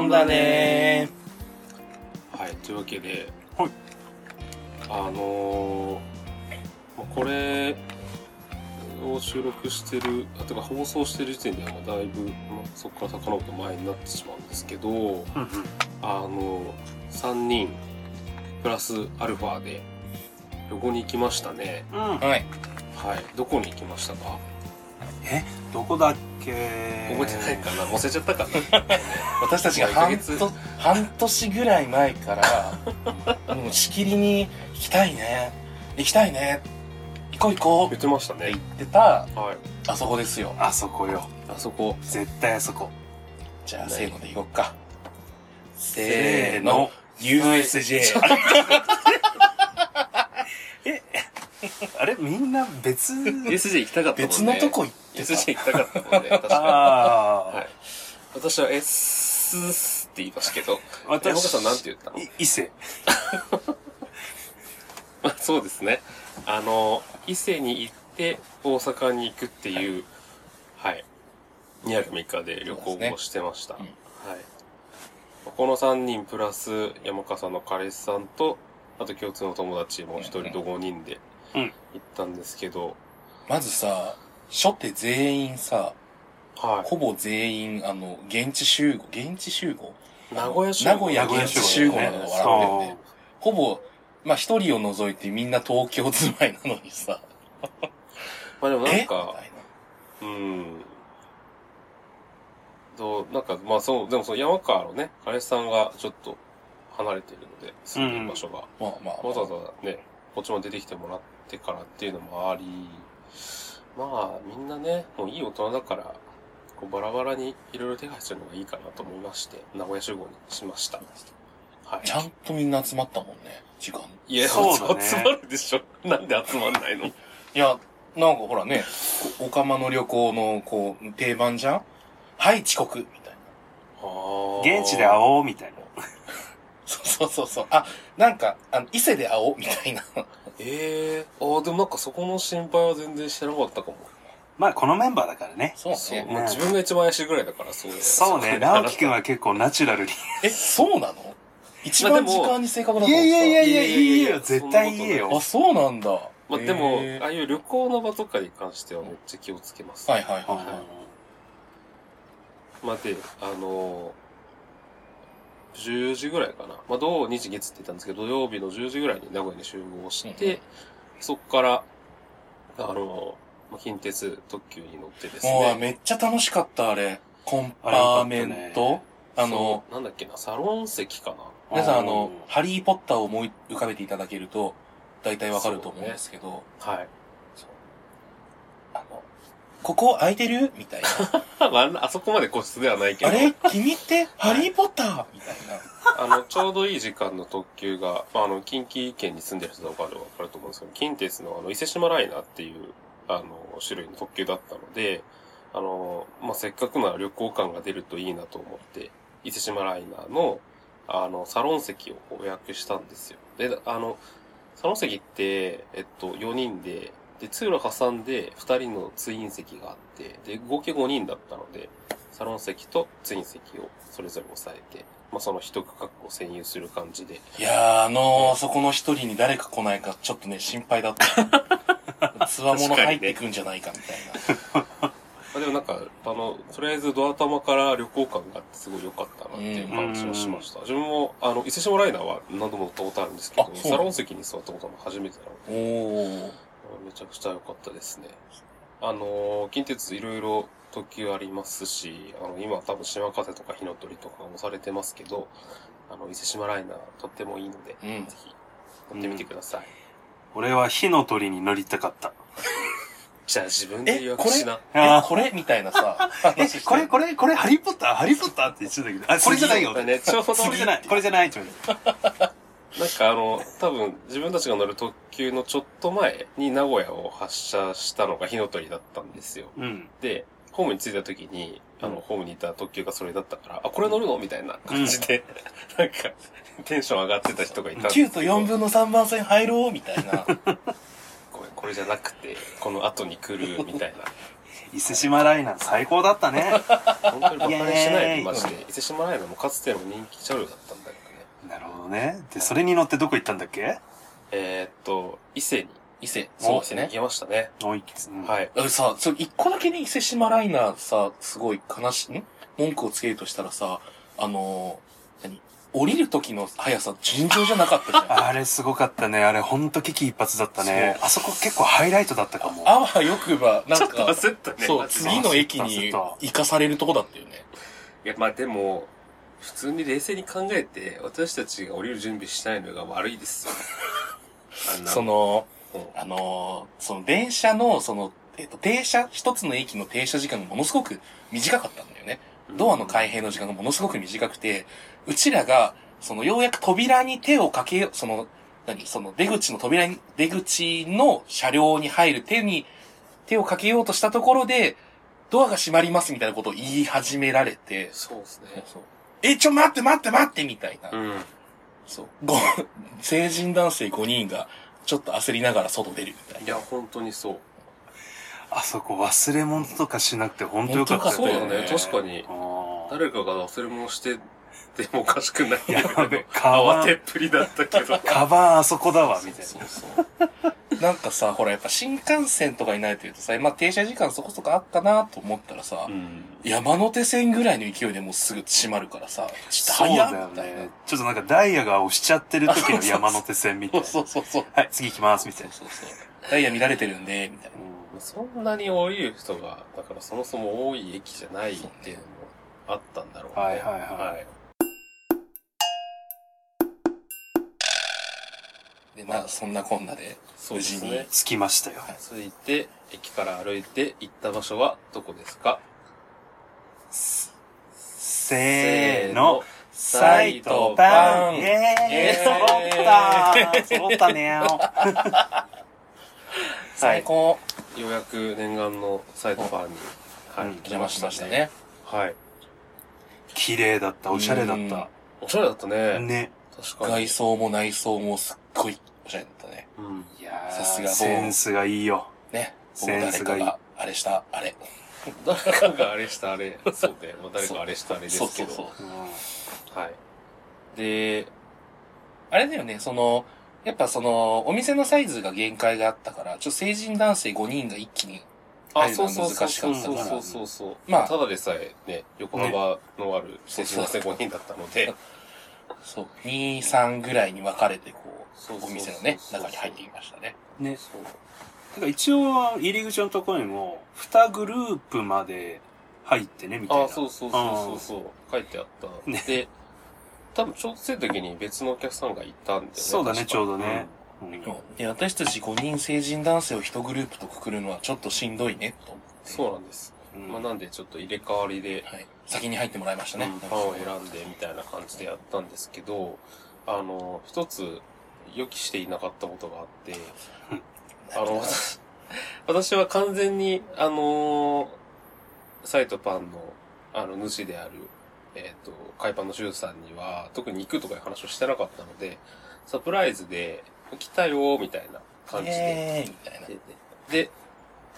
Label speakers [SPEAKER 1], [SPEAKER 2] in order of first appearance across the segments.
[SPEAKER 1] んだね
[SPEAKER 2] はい、というわけで、
[SPEAKER 1] はい
[SPEAKER 2] あのーまあこれを収録してる、あとか放送してる時点ではもうだいぶ、まあそこから遡ると前になってしまうんですけど、
[SPEAKER 1] うんうん
[SPEAKER 2] あの3人プラスアルファで旅行に行きましたね。
[SPEAKER 1] うん、
[SPEAKER 3] はい。
[SPEAKER 2] はい、どこに行きましたか
[SPEAKER 1] どこだっけ
[SPEAKER 2] 覚えてないかな忘れちゃったかな
[SPEAKER 3] 私たちが
[SPEAKER 2] もう一ヶ
[SPEAKER 3] 半
[SPEAKER 2] 月
[SPEAKER 3] と半年ぐらい前 から、もうしきりに行きたいね。行きたいね。行こう行こう
[SPEAKER 2] 言ってました
[SPEAKER 3] って言
[SPEAKER 2] ね
[SPEAKER 3] っ。てた、
[SPEAKER 2] はい。
[SPEAKER 3] あそこですよ。
[SPEAKER 1] あそこよ
[SPEAKER 2] あそこ。
[SPEAKER 1] 絶対あそこ
[SPEAKER 3] じゃあ、せーので行こうか。
[SPEAKER 1] せーの。
[SPEAKER 3] USJ。
[SPEAKER 1] あれみんな別
[SPEAKER 2] USJ 行きたかったもんね。
[SPEAKER 3] 別のとこ行ってた。
[SPEAKER 2] USJ 行きたかった もんね。確かに。
[SPEAKER 1] ああ、
[SPEAKER 2] はい。私は S って言いますけど。
[SPEAKER 1] 私
[SPEAKER 2] えほかさんなんて言ったの
[SPEAKER 1] い伊勢
[SPEAKER 2] まあ そうですね。あの、伊勢に行って大阪に行くっていう、はい。2泊3日で旅
[SPEAKER 3] そうです
[SPEAKER 2] 行
[SPEAKER 3] ね
[SPEAKER 2] をしてました。
[SPEAKER 3] うん
[SPEAKER 2] はい。この3人プラス山川さんの彼氏さんと、あと共通の友達も1人と5人で
[SPEAKER 1] うん
[SPEAKER 2] 行ったんですけど、
[SPEAKER 3] まずさ、初手全員さ、
[SPEAKER 2] は
[SPEAKER 3] ほぼ全員、あの、現地集合、現地集合
[SPEAKER 2] い。名古屋集合
[SPEAKER 3] 名古屋現地集合なのが笑ってるね。ほぼ、まあ一人を除いてみんな東京住まいなのにさ、
[SPEAKER 2] まあでも
[SPEAKER 3] えみた
[SPEAKER 2] ないんか、うん。どう、なんか、まあそう、でもその山川のね、彼氏さんがちょっと離れているので、住んでる場所が、
[SPEAKER 3] な。まあまあ、
[SPEAKER 2] わざわざね、こっちも出てきてもらってからっていうのもあり、まあみんなね、もういい大人だから、こうバラバラにいろいろ手配するのがいいかなと思いまして、名古屋集合にしました。はい。
[SPEAKER 3] ちゃんとみんな集まったもんね、時間。
[SPEAKER 2] いや、
[SPEAKER 1] そうだね
[SPEAKER 2] 集まるでしょ。なんで集まんないの
[SPEAKER 3] いや、なんかほらね、こオカマの旅行の、こう、定番じゃんはい、遅刻みたいな。
[SPEAKER 1] 現地で会
[SPEAKER 2] う。
[SPEAKER 1] おうみたいな
[SPEAKER 3] そうそうそうそう。あ、なんか、あの、伊勢で会おうみたいな。
[SPEAKER 2] ええああ、でもなんかそこの心配は全然してなかったかも。
[SPEAKER 1] まあこのメンバーだからね
[SPEAKER 3] そう
[SPEAKER 2] そう、
[SPEAKER 3] ね。
[SPEAKER 2] もう自分が一番怪しいぐらいだから、そう
[SPEAKER 1] そうね直樹くん
[SPEAKER 2] は。
[SPEAKER 1] は結構ナチュラルに
[SPEAKER 3] え、そうなの一
[SPEAKER 2] まあ
[SPEAKER 3] 番
[SPEAKER 2] で
[SPEAKER 3] 時
[SPEAKER 2] も
[SPEAKER 3] 間に正確だと
[SPEAKER 1] い
[SPEAKER 3] 思っ
[SPEAKER 1] や
[SPEAKER 3] てた。
[SPEAKER 1] いやいやいや
[SPEAKER 2] いやいや
[SPEAKER 1] 言
[SPEAKER 2] い
[SPEAKER 1] え
[SPEAKER 2] や
[SPEAKER 1] よ絶対言えよ
[SPEAKER 3] あ、そうなんだ。
[SPEAKER 2] まあ、でも、
[SPEAKER 3] へー
[SPEAKER 2] ああいう旅行の場とかに関してはめっちゃ気をつけます。
[SPEAKER 3] はいはいはいは
[SPEAKER 2] まあ、で、あのー、10時ぐらいかな。まあ、土日月って言ったんですけど、土曜日の10時ぐらいに名古屋に集合して、
[SPEAKER 3] うん
[SPEAKER 2] そこから、あのー、まあ近鉄特急に乗ってです
[SPEAKER 3] い。もう、
[SPEAKER 2] ね。
[SPEAKER 3] めっちゃ楽しかった、あれ。コンパーメント。あの、
[SPEAKER 2] そう、なんだっけな、サロン席かな。
[SPEAKER 1] あれ
[SPEAKER 3] 皆さん、あ
[SPEAKER 1] うん
[SPEAKER 3] の、ハリーポッターを思い浮かべていただけると、大体わかると思うんですけど、
[SPEAKER 2] はい。
[SPEAKER 3] あの、ここ空いてるみたいな。
[SPEAKER 2] まああんな、あそこまで個室ではないけど。
[SPEAKER 3] あれ君ってハリーポッターみたいな。
[SPEAKER 2] あの、ちょうどいい時間の特急が、まあ、あの、近畿圏に住んでる人とかでわかると思うんですけど、近鉄のあの、伊勢志摩ライナーっていう、あの、種類の特急だったので、あの、まあ、せっかくなら旅行感が出るといいなと思って、伊勢志摩ライナーの、あの、サロン席を予約したんですよ。で、あの、サロン席って、えっと、4人で、で、通路挟んで2人のツイン席があって、で、合計5人だったので、サロン席とツイン席をそれぞれ押さえて、まあ、その一区画を占有する感じで。
[SPEAKER 3] いやー、あのー、そこの一人に誰か来ないか、ちょっとね、心配だ った。つわもの入ってくんじゃないかみたいな。
[SPEAKER 2] まあ、でもなんか、あの、とりあえずドア玉から旅行感があってすごい良かったなっていう感じをしました。自分も、あの、伊勢志摩ライナーは何度も乗ったことあるんですけ
[SPEAKER 3] あ
[SPEAKER 2] ど、
[SPEAKER 3] そう
[SPEAKER 2] サロン席に座ったことも初めてなので、
[SPEAKER 3] おー。
[SPEAKER 2] めちゃくちゃ良かったですね。あのー近鉄いろいろ特急ありますし、あの、今多分島風とか火の鳥とかもされてますけど、あの、伊勢志摩ライナーとってもいいので、
[SPEAKER 3] うん
[SPEAKER 2] ぜひ乗ってみてください。
[SPEAKER 1] 俺は火の鳥に乗りたかった
[SPEAKER 2] じゃあ自分で予約しな。
[SPEAKER 3] え、
[SPEAKER 1] あ
[SPEAKER 3] これみたいな さ。
[SPEAKER 1] えこれこれこれハリーポッターハリーポッターって言ってたけどあこれじゃないよ
[SPEAKER 2] だね、ちょうど
[SPEAKER 1] これじゃないこれじゃないって言われて
[SPEAKER 2] なんかあの、多分自分たちが乗る特急のちょっと前に名古屋を発車したのが火の鳥だったんですよ。
[SPEAKER 1] うん
[SPEAKER 2] で、ホームに着いた時に、あの、ホームにいた特急がそれだったから、あ、これ乗るのみたいな感じで、 なんか、テンション上がってた人がいたんですけど
[SPEAKER 3] 9と4分の3番線入ろうみたいな。
[SPEAKER 2] ごめんこれじゃなくて、この後に来るみたいな
[SPEAKER 1] 伊勢島ライナー最高だったね。
[SPEAKER 2] 本当にバカにしな
[SPEAKER 1] イエー
[SPEAKER 2] い
[SPEAKER 1] イ
[SPEAKER 2] で、マジで。伊勢島ライナーもかつての人気車両だったんだけどね。
[SPEAKER 1] なるほどね。で、それに乗ってどこ行ったんだっ け
[SPEAKER 2] えーっと、伊勢に、
[SPEAKER 3] 伊勢、
[SPEAKER 2] そ
[SPEAKER 3] そう
[SPEAKER 2] で
[SPEAKER 3] うですす
[SPEAKER 2] ね。
[SPEAKER 3] ね
[SPEAKER 2] 行。きましたね。
[SPEAKER 1] おいですね
[SPEAKER 2] はい。
[SPEAKER 3] あれさ、それ一個だけね、伊勢島ライナーさ、すごい悲し、ん文句をつけるとしたらさ、あのー、何降りる時の速さ、尋常じゃなかったじゃん。あ
[SPEAKER 1] あれすごかったね。あれほんと危機一髪だったね。あそこ結構ハイライトだったかも。
[SPEAKER 3] わよくば、なんか、
[SPEAKER 2] ったね
[SPEAKER 3] そう、
[SPEAKER 1] で
[SPEAKER 3] 次の駅に行かされるとこだったよね。
[SPEAKER 2] いや、まあでも、普通に冷靜に考えて、私たちが降りる準備しないのが悪いですよ。あんな
[SPEAKER 3] そ、の、
[SPEAKER 2] うん
[SPEAKER 3] あのー、その電車の、その、えっ、と、停車、一つの駅の停車時間がものすごく短かったんだよね。ドアの開閉の時間がものすごく短くて、うちらが、その、ようやく扉に手をかけよう、その、何その、出口の扉に、出口の車両に入る手に、手をかけようとしたところで、ドアが閉まりますみたいなことを言い始められて、
[SPEAKER 2] そうですね。
[SPEAKER 3] え、ちょ、待って待って待ってみたいな。
[SPEAKER 2] うん。
[SPEAKER 3] そう。ご、成人男性5人が、ちょっと焦りながら外出るみたいな。
[SPEAKER 2] いや、本当にそう。
[SPEAKER 1] あそこ忘れ物とかしなくてほんとよかった
[SPEAKER 3] そうだね
[SPEAKER 2] 確かに。
[SPEAKER 1] あ
[SPEAKER 2] 誰かが忘れ物しててもおかしくない
[SPEAKER 1] ー
[SPEAKER 2] レベル
[SPEAKER 1] やべ
[SPEAKER 2] の、
[SPEAKER 1] カバ
[SPEAKER 2] 慌てっ
[SPEAKER 1] ン、
[SPEAKER 2] ぷりだったけど。
[SPEAKER 1] カバンあそこだわ、みたい
[SPEAKER 3] そうそう。なんかさ、ほらやっぱ新幹線とかに慣れてるとさ、まあ停車時間そこそこあったなと思ったらさ、
[SPEAKER 1] な。うん
[SPEAKER 3] 山手線ぐらいの勢いでもうすぐ閉まるからさ、ちょっと
[SPEAKER 1] そう
[SPEAKER 3] 早っ
[SPEAKER 1] だよ
[SPEAKER 3] みたいな
[SPEAKER 1] ね。。ちょっとなんかダイヤが押しちゃってる時の山手線みた
[SPEAKER 3] そ
[SPEAKER 1] いうな。
[SPEAKER 3] そうそうそう。
[SPEAKER 1] はい、次行きます、みた
[SPEAKER 3] そ
[SPEAKER 1] いうな。
[SPEAKER 3] そうそう。ダイヤ見られてるんで、みたいな。
[SPEAKER 2] そんなに降りる人が、だからそもそも多い駅じゃないっていうのもあったんだろうね。。
[SPEAKER 1] はいはいはい
[SPEAKER 3] で、まあそんなこんなで、
[SPEAKER 2] そうです
[SPEAKER 3] 無事
[SPEAKER 2] ね
[SPEAKER 3] に。
[SPEAKER 1] 着きましたよ。
[SPEAKER 2] ついて、駅から歩いて行った場所はどこですか
[SPEAKER 1] せーの。。
[SPEAKER 2] サ
[SPEAKER 1] サ
[SPEAKER 2] イ
[SPEAKER 1] イ
[SPEAKER 2] ト
[SPEAKER 1] ト
[SPEAKER 2] パ
[SPEAKER 1] パ
[SPEAKER 3] ン
[SPEAKER 1] ン
[SPEAKER 3] イ
[SPEAKER 1] イ
[SPEAKER 3] エー
[SPEAKER 1] エー
[SPEAKER 3] イ
[SPEAKER 1] イ揃った揃ったね
[SPEAKER 3] 最高、
[SPEAKER 2] ようやく念願のサイトパンに、はい、
[SPEAKER 3] お
[SPEAKER 1] うん
[SPEAKER 3] 邪魔しました。ね。
[SPEAKER 2] はい。
[SPEAKER 1] 綺麗だった、おしゃれだっ
[SPEAKER 2] おしゃれだった
[SPEAKER 1] た。
[SPEAKER 2] ね。
[SPEAKER 1] ね。
[SPEAKER 2] 確か
[SPEAKER 3] 外
[SPEAKER 2] に。
[SPEAKER 3] 装も内装もすっごいおしゃれだったね。
[SPEAKER 2] うん。
[SPEAKER 1] いや
[SPEAKER 3] さすが
[SPEAKER 1] ー、センスがいいよ。
[SPEAKER 3] ね。僕
[SPEAKER 1] セン
[SPEAKER 3] 誰
[SPEAKER 1] ス
[SPEAKER 3] か
[SPEAKER 1] がいい
[SPEAKER 3] が、あれした、あれ。
[SPEAKER 2] 誰かがあれしたあれ。そうだよ。まあ誰かあれしたあれですけ
[SPEAKER 3] そ
[SPEAKER 2] ど。
[SPEAKER 3] うそうそう。
[SPEAKER 2] はい。で、
[SPEAKER 3] あれだよね、その、やっぱその、お店のサイズが限界があったから、ちょっと成人男性5人が一気に。
[SPEAKER 2] あ、
[SPEAKER 3] 入る
[SPEAKER 2] そ
[SPEAKER 3] の
[SPEAKER 2] うそう
[SPEAKER 3] が
[SPEAKER 2] そう
[SPEAKER 3] 難しか
[SPEAKER 2] そう
[SPEAKER 3] った
[SPEAKER 2] そ
[SPEAKER 1] か
[SPEAKER 2] う
[SPEAKER 1] ら
[SPEAKER 2] そうそうそう。
[SPEAKER 3] まあ
[SPEAKER 2] まあ、ただでさえね、横幅のある成人男性5人だったので、
[SPEAKER 3] そう。2、3ぐらいに分かれて、こ
[SPEAKER 2] そう
[SPEAKER 3] う、
[SPEAKER 2] そうそうそう
[SPEAKER 3] お店のね、中に入っていましたね。
[SPEAKER 1] ね。だから一応、入り口のところにも、二グループまで入ってね、みたいな。
[SPEAKER 2] あ、そうそうそうそうそう。書いてあった。
[SPEAKER 1] ね
[SPEAKER 2] で、多分ちょうどそういう時に別のお客さんがいたんだよね。
[SPEAKER 1] そうだね、
[SPEAKER 2] 確か
[SPEAKER 1] ちょうどね。うん
[SPEAKER 3] そうで、私たち5人成人男性を1グループとくくるのはちょっとしんどいね、と思って。
[SPEAKER 2] そうなんです。
[SPEAKER 1] うん
[SPEAKER 2] まあ、なんでちょっと入れ替わりで、
[SPEAKER 3] はい。先に入ってもらいましたね。
[SPEAKER 2] うんパンを選んでみたいな感じでやったんですけど、あの、一つ予期していなかったことがあ って、あの、 私私は完全に、あのーサイトパンの、あの、主である、えっ、と、海パンのシュウさんには、特に肉とかいう話をしてなかったので、サプライズで、来たよーみたいな感じで。
[SPEAKER 3] えーイみたいな。
[SPEAKER 2] で、で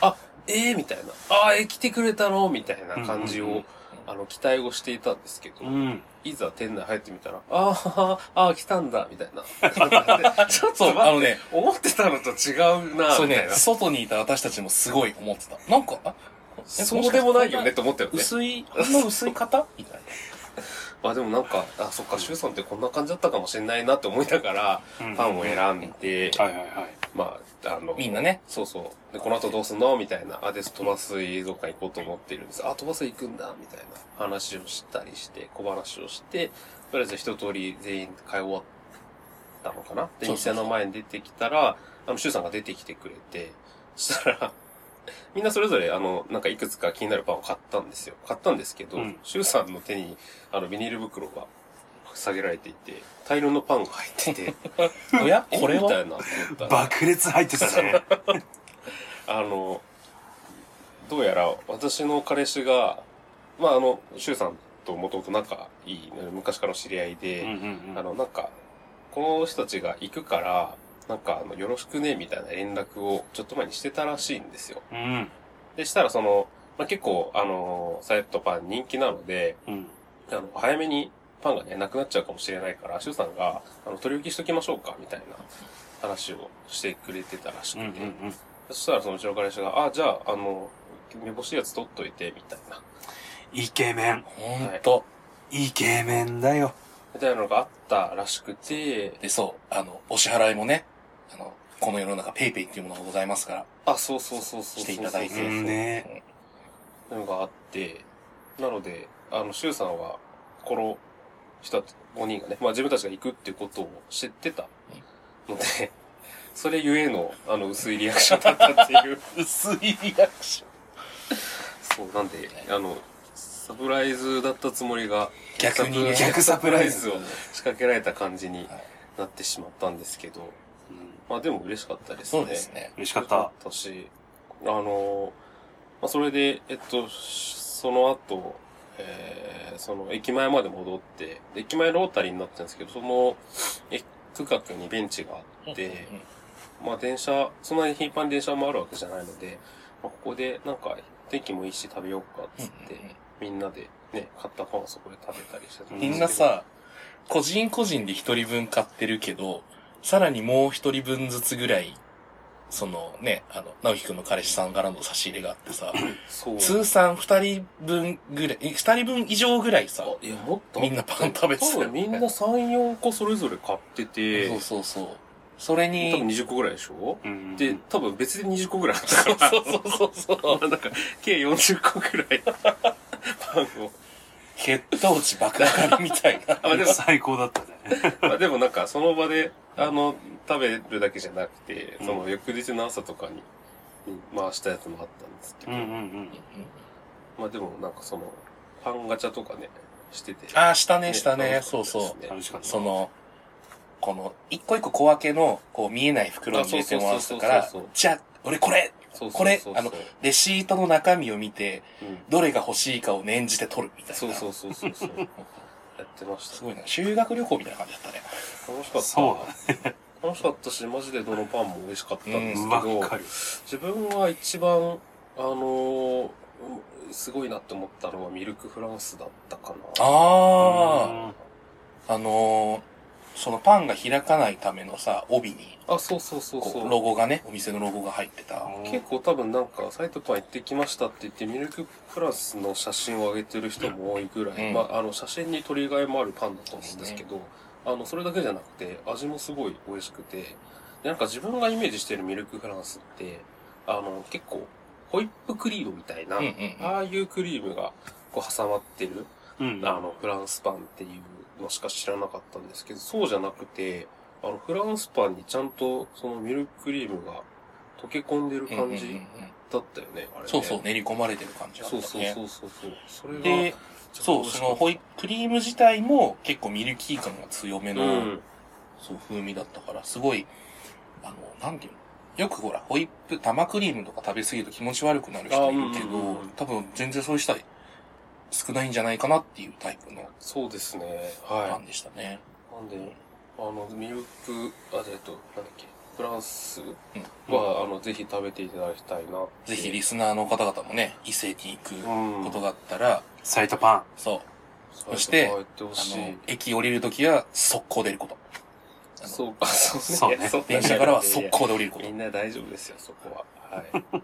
[SPEAKER 2] あ、えーみたいな。あー、えー来てくれたのみたいな感じを、
[SPEAKER 1] うんうんうん
[SPEAKER 2] あの、期待をしていたんですけど、
[SPEAKER 1] うん。
[SPEAKER 2] いざ店内入ってみたら、あーあー、来たんだ、みたい な。ちょっ
[SPEAKER 3] そ
[SPEAKER 2] と
[SPEAKER 3] う、あ
[SPEAKER 2] 待
[SPEAKER 3] の
[SPEAKER 2] って、
[SPEAKER 3] ね、
[SPEAKER 2] 思ってたのと違うな、
[SPEAKER 3] そう
[SPEAKER 2] みたい
[SPEAKER 3] ね、
[SPEAKER 2] な。
[SPEAKER 3] 外にいた私たちもすごい思ってた。なんか、あ
[SPEAKER 2] そうでもないよねって思ったよね。
[SPEAKER 3] 薄い、こんな薄い方みたいな。
[SPEAKER 2] まあでもなんか、あ、そっか、シュウさんってこんな感じだったかもしれないなって思いながら、
[SPEAKER 1] うん
[SPEAKER 2] パンを選んで、
[SPEAKER 1] はいはいはい。
[SPEAKER 2] まあ、あの、
[SPEAKER 3] みんなね。
[SPEAKER 2] そうそう。で、この後どうすんのみたいな。あ、です、飛ばす映像館行こうと思ってるんです。あ、飛ばす行くんだみたいな話をしたりして、小話をして、とりあえず一通り全員買い終わったのかなで、
[SPEAKER 3] そうそうそう
[SPEAKER 2] 店の前に出てきたら、あの、シュウさんが出てきてくれて、そしたら、 みんなそれぞれ、あの、なんかいくつか気になるパンを買ったんですよ。買ったんですけど、
[SPEAKER 1] うん
[SPEAKER 2] シュウさんの手に、あの、ビニール袋が下げられていて、大量のパンが入ってて、
[SPEAKER 3] おや
[SPEAKER 2] え
[SPEAKER 3] これ
[SPEAKER 2] みた
[SPEAKER 3] はい
[SPEAKER 2] な思ったら。
[SPEAKER 1] 爆裂入っ てたね。
[SPEAKER 2] あの、どうやら私の彼氏が、まあ、あの、シュウさんともともと仲いい、昔からの知り合い
[SPEAKER 1] うん
[SPEAKER 2] で、
[SPEAKER 1] うんうん
[SPEAKER 2] あの、なんか、この人たちが行くから、なんか、あの、よろしくね、みたいな連絡をちょっと前にしてたらしいんですよ。
[SPEAKER 1] うん。
[SPEAKER 2] で、したらその、まあ、結構、あのーサイレットパン人気なので、
[SPEAKER 1] うん。
[SPEAKER 2] あの、早めにパンがね、なくなっちゃうかもしれないから、シュウさんが、あの、取り置きしときましょうか、みたいな話をしてくれてたらし
[SPEAKER 1] うんう
[SPEAKER 2] くて、
[SPEAKER 1] んうん。
[SPEAKER 2] そしたらそのうちの彼氏が、あ、じゃあ、あの、めぼしいやつ取っといて、みたいな。
[SPEAKER 1] イケメン。
[SPEAKER 3] ほんと。
[SPEAKER 1] イケメンだよ。
[SPEAKER 2] みたいなのがあったらしくて、
[SPEAKER 3] で、そう、あの、お支払いもね、あの、この世の中ペイペイっていうものがございますから、
[SPEAKER 2] あ、そうそうそうそうそうそう。
[SPEAKER 3] していただいて。
[SPEAKER 1] うんね
[SPEAKER 2] のがあって、なので、あの、シュウさんは、この人たち、5人がね、まあ自分たちが行くっていうことを知ってたので、それゆえの、あの、薄いリアクションだったって いう。
[SPEAKER 3] 薄いリアクション。
[SPEAKER 2] そう、なんで、あの、サプライズだったつもりが、
[SPEAKER 3] 逆にね
[SPEAKER 1] 逆サプライズ
[SPEAKER 2] を仕掛けられた感じに
[SPEAKER 3] はい
[SPEAKER 2] なってしまったんですけど、
[SPEAKER 1] うん
[SPEAKER 2] まあでも嬉しかったですね。
[SPEAKER 3] そうですね。
[SPEAKER 1] 嬉しかった。
[SPEAKER 2] し、あの、まあ、それで、えっと、その後、えー、その駅前まで戻って、で駅前ロータリーになってるんですけど、そのえ区画にベンチがあって、まあ電車、そんなに頻繁に電車もあるわけじゃないので、まあ、ここでなんか天気もいいし食べようかっ
[SPEAKER 3] うん
[SPEAKER 2] つって、みんなでね、買ったパンをそこで食べたりしてた
[SPEAKER 3] う
[SPEAKER 2] です
[SPEAKER 3] ん
[SPEAKER 2] け
[SPEAKER 3] み
[SPEAKER 2] ど
[SPEAKER 3] んな、さ、個人個人で一人分買ってるけど、さらにもう一人分ずつぐらい、そのね、あの、直樹くんの彼氏さんからの差し入れがあってさ、
[SPEAKER 2] そう。
[SPEAKER 3] 通算二人分ぐらい、え二人分以上ぐらいさ、
[SPEAKER 2] あいや、もっと
[SPEAKER 3] みんなパン食べて
[SPEAKER 2] 多
[SPEAKER 3] たよ
[SPEAKER 2] 分みんな3、4個それぞれ買ってて、
[SPEAKER 3] そうそうそう。それ
[SPEAKER 2] 多分
[SPEAKER 3] に、
[SPEAKER 2] 20個ぐらいでしょ
[SPEAKER 1] うん
[SPEAKER 2] で、多分別で20個ぐらいあったから。
[SPEAKER 3] そうそうそうそうそ う。
[SPEAKER 2] なんか、計40個ぐらいパンを。
[SPEAKER 3] 血糖値爆上がりみたいな。
[SPEAKER 2] あ、まあでも、
[SPEAKER 1] 最高だったね。
[SPEAKER 2] まあでもなんか、その場で、あの、食べるだけじゃなくて、その翌日の朝とかに、に回したやつもあったんですけ
[SPEAKER 1] う
[SPEAKER 2] ど、
[SPEAKER 1] んうんうん。
[SPEAKER 2] まあでもなんかその、パンガチャとかね、してて。
[SPEAKER 3] ああ、したね、したね。
[SPEAKER 2] 楽しか
[SPEAKER 3] そ
[SPEAKER 2] った
[SPEAKER 3] うそう。
[SPEAKER 2] ですね
[SPEAKER 1] 楽しかった。
[SPEAKER 3] その、この、一個一個小分けの、こう見えない袋に入れてもらったか
[SPEAKER 2] あ
[SPEAKER 3] ら
[SPEAKER 2] そうそうそうそうそう、
[SPEAKER 3] じゃあ、俺これ
[SPEAKER 2] そうそうそう
[SPEAKER 3] これ
[SPEAKER 2] そう
[SPEAKER 3] あのレシートの中身を見て、
[SPEAKER 2] うん
[SPEAKER 3] どれが欲しいかを念じて取るみたいな。
[SPEAKER 2] そうそうそうそう そう。やってまし
[SPEAKER 3] す
[SPEAKER 2] た。
[SPEAKER 3] ごいな。修学旅行みたいな感じだったね。
[SPEAKER 2] 楽しかった。
[SPEAKER 1] そう
[SPEAKER 2] 楽しかったし、マジでどのパンも美味しかったんですけ
[SPEAKER 1] ば
[SPEAKER 2] ど、
[SPEAKER 1] っかり。
[SPEAKER 2] 自分は一番、あのーすごいなって思ったのはミルクフランスだったかな。
[SPEAKER 3] ああ、あのー、そのパンが開かないためのさ、帯に、
[SPEAKER 2] あ、そうそうそう
[SPEAKER 3] こ、
[SPEAKER 2] そうう。
[SPEAKER 3] ロゴがね、お店のロゴが入ってた。
[SPEAKER 1] うん
[SPEAKER 2] 結構多分なんか、サイトパン行ってきましたって言って、ミルクフランスの写真を上げてる人も多いぐらい、
[SPEAKER 3] うん
[SPEAKER 2] まあ、あの、写真に取り替えもあるパンだと思うんですけど、あの、それだけじゃなくて、味もすごい美味しくて、でなんか自分がイメージしてるミルクフランスって、あの、結構、ホイップクリームみたいな、
[SPEAKER 3] うんうんうん。
[SPEAKER 2] ああいうクリームがこう挟まってる、
[SPEAKER 1] うん。
[SPEAKER 2] あの、フランスパンっていうのしか知らなかったんですけど、そうじゃなくて、あの、フランスパンにちゃんとそのミルククリームが溶け込んでる
[SPEAKER 3] うんうんうん
[SPEAKER 2] 感
[SPEAKER 3] うん
[SPEAKER 2] じだったよね、あれね。
[SPEAKER 3] そうそう、。練り込まれてる感じだった
[SPEAKER 2] そ
[SPEAKER 3] ね。
[SPEAKER 2] うそうそうそうそう。それが
[SPEAKER 3] で、そう、そのホイップクリーム自体も結構ミルキー感が強め
[SPEAKER 2] プ
[SPEAKER 3] の、
[SPEAKER 2] うん。
[SPEAKER 3] そう、風味だったから、すごい、あの、なんていうのよくほら、ホイップ、生クリームとか食べ過ぎると気持ち悪くなる人いるけ
[SPEAKER 2] あうん
[SPEAKER 3] ど
[SPEAKER 2] うんうん、
[SPEAKER 3] 多分全然そういう人は少ないんじゃないかなっていうタイプの
[SPEAKER 2] そうですね。
[SPEAKER 3] パ
[SPEAKER 2] は
[SPEAKER 3] ンでしたね。
[SPEAKER 2] い。なんで、あの、ミルク、あ、えっと、なんだっけ、フランス
[SPEAKER 3] うん
[SPEAKER 2] は、あの、ぜひ食べていただきたいなって。
[SPEAKER 3] ぜひリスナーの方々もね、異性に行
[SPEAKER 2] う
[SPEAKER 3] く
[SPEAKER 2] ん。
[SPEAKER 3] ことがあったら、
[SPEAKER 1] サイトパン。
[SPEAKER 3] そう、
[SPEAKER 2] そ
[SPEAKER 3] して
[SPEAKER 2] 行ってほ
[SPEAKER 3] あ
[SPEAKER 2] し
[SPEAKER 3] の
[SPEAKER 2] い。、
[SPEAKER 3] 駅降りるときは速攻で出ること。あの
[SPEAKER 2] そうか、そ
[SPEAKER 1] そうう
[SPEAKER 2] ね
[SPEAKER 1] ね。
[SPEAKER 2] そうね
[SPEAKER 3] 電車からは速攻で降りること
[SPEAKER 2] み。んな大丈夫ですよ、そこは。はい。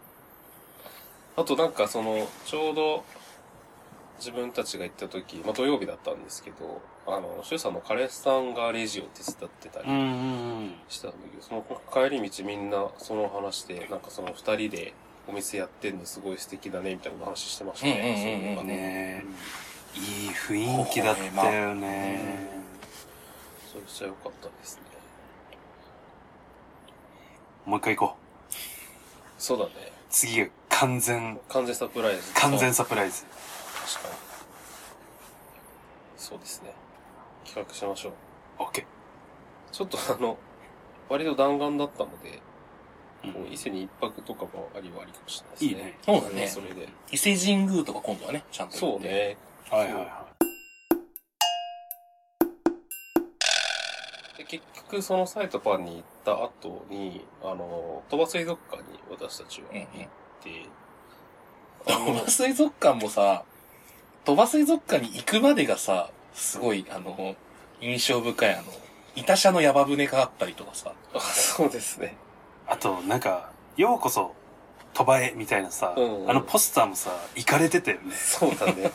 [SPEAKER 2] あとなんかその、ちょうど、自分たちが行った時、まあ土曜日だったんですけど、あの、シュウさんの彼氏さんがレジを手伝ってた
[SPEAKER 1] うん
[SPEAKER 2] り
[SPEAKER 1] うん
[SPEAKER 2] したんだけど、その帰り道みんなその話で、なんかその二人でお店やってんのすごい素敵だね、みたいな話してましたね。
[SPEAKER 3] うんうんうんうん
[SPEAKER 2] そ
[SPEAKER 1] うん。
[SPEAKER 2] いえば
[SPEAKER 1] ねえいい雰囲気だったよね。
[SPEAKER 2] それじゃ良かったですね。
[SPEAKER 1] もう一回行こう。
[SPEAKER 2] そうだね。
[SPEAKER 1] 次が完全、
[SPEAKER 2] 完全サプライズ。
[SPEAKER 1] 完全サプライズ。
[SPEAKER 2] 確かに。そうですね。企画しましょう。
[SPEAKER 1] オッケ
[SPEAKER 2] ちょっとあの、割と弾丸だったので、
[SPEAKER 1] ー。
[SPEAKER 2] もう伊勢に一泊とかもありはありかもし
[SPEAKER 1] いい
[SPEAKER 2] れない
[SPEAKER 1] ね
[SPEAKER 2] ですね。
[SPEAKER 3] そうだね
[SPEAKER 2] それはそれで。
[SPEAKER 3] 伊勢神宮とか今度はね、ちゃんと行
[SPEAKER 2] そ
[SPEAKER 3] っ
[SPEAKER 2] う
[SPEAKER 3] て。
[SPEAKER 2] ね。
[SPEAKER 1] はいはいは
[SPEAKER 2] で結局、そのサイトパンに行った後に、あの、鳥羽水族館に私たちは行っ
[SPEAKER 3] うんうん
[SPEAKER 2] て、
[SPEAKER 3] 鳥羽水族館もさ、鳥羽水族館に行くまでがさ、すごい、あの、印象深い、あの、イタシャのヤバ船があったりとかさ、
[SPEAKER 2] あ そうですね。
[SPEAKER 1] あと、なんか、ようこそ、鳥羽へ、みたいなさ、
[SPEAKER 2] うんうん
[SPEAKER 1] あのポスターもさ、行かれてたよね。
[SPEAKER 2] そうだね。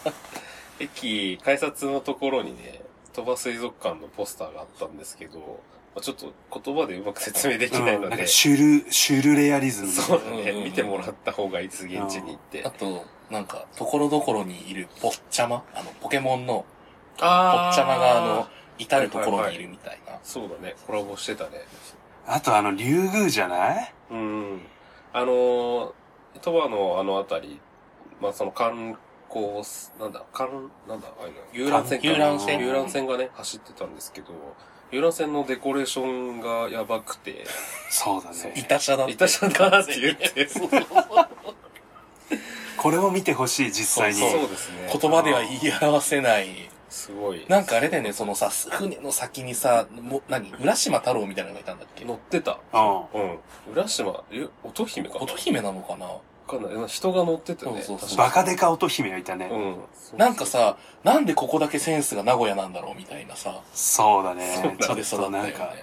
[SPEAKER 2] 駅、改札のところにね、鳥羽水族館のポスターがあったんですけど、まあちょっと言葉でうまく説明できない
[SPEAKER 1] うん
[SPEAKER 2] の
[SPEAKER 1] なん
[SPEAKER 2] で、
[SPEAKER 1] かシュル、シュルレアリズム。
[SPEAKER 2] そうだ
[SPEAKER 3] うんうんう
[SPEAKER 2] ね。
[SPEAKER 3] ん
[SPEAKER 2] 見てもらった方がいいです、現地に行って
[SPEAKER 3] あ。と、なんか、ところどころにいるポッチャマあの、ポケモンのポ
[SPEAKER 2] あ
[SPEAKER 3] ッチャマが、あの、、至るところにいるみたいな。
[SPEAKER 2] そうだね。コラボしてたね。
[SPEAKER 1] あとあの、竜宮じゃない
[SPEAKER 2] うん。あのー、鳥羽のあのあたり、まあ、その観光す、なんだ、観、なんだ、ああいうの遊覧船か
[SPEAKER 3] 遊覧船
[SPEAKER 2] 遊覧船がね、走ってたんですけど、遊覧船のデコレーションがやばくて、
[SPEAKER 1] そうだ
[SPEAKER 2] そう
[SPEAKER 1] ね
[SPEAKER 3] イ。タシャだって
[SPEAKER 2] いたしゃだなって 言って、そう
[SPEAKER 1] これを見てほしい、実際に。
[SPEAKER 2] そうですね。
[SPEAKER 3] 言葉では言い表せない。
[SPEAKER 2] すごい。
[SPEAKER 3] なんかあれだよね、そのさ、船の先にさ、も、何浦島太郎みたいなのがいたんだっけ
[SPEAKER 2] 乗ってた。
[SPEAKER 1] うん。
[SPEAKER 2] うん。浦島、え、乙姫かな
[SPEAKER 3] 乙姫なのかな
[SPEAKER 2] わかんない。人が乗ってたね。
[SPEAKER 3] そうそうそう
[SPEAKER 1] バカデカ乙姫がいたね。
[SPEAKER 2] 確かにうん。
[SPEAKER 3] なんか、さ、なんでここだけセンスが名古屋なんだろうみたいなさ、
[SPEAKER 1] そうだ
[SPEAKER 2] そうだ
[SPEAKER 1] ね
[SPEAKER 2] ね。
[SPEAKER 1] ちょ
[SPEAKER 3] そ
[SPEAKER 1] っ
[SPEAKER 3] で育
[SPEAKER 1] と
[SPEAKER 3] ったよ
[SPEAKER 1] なん
[SPEAKER 3] ね。
[SPEAKER 1] か、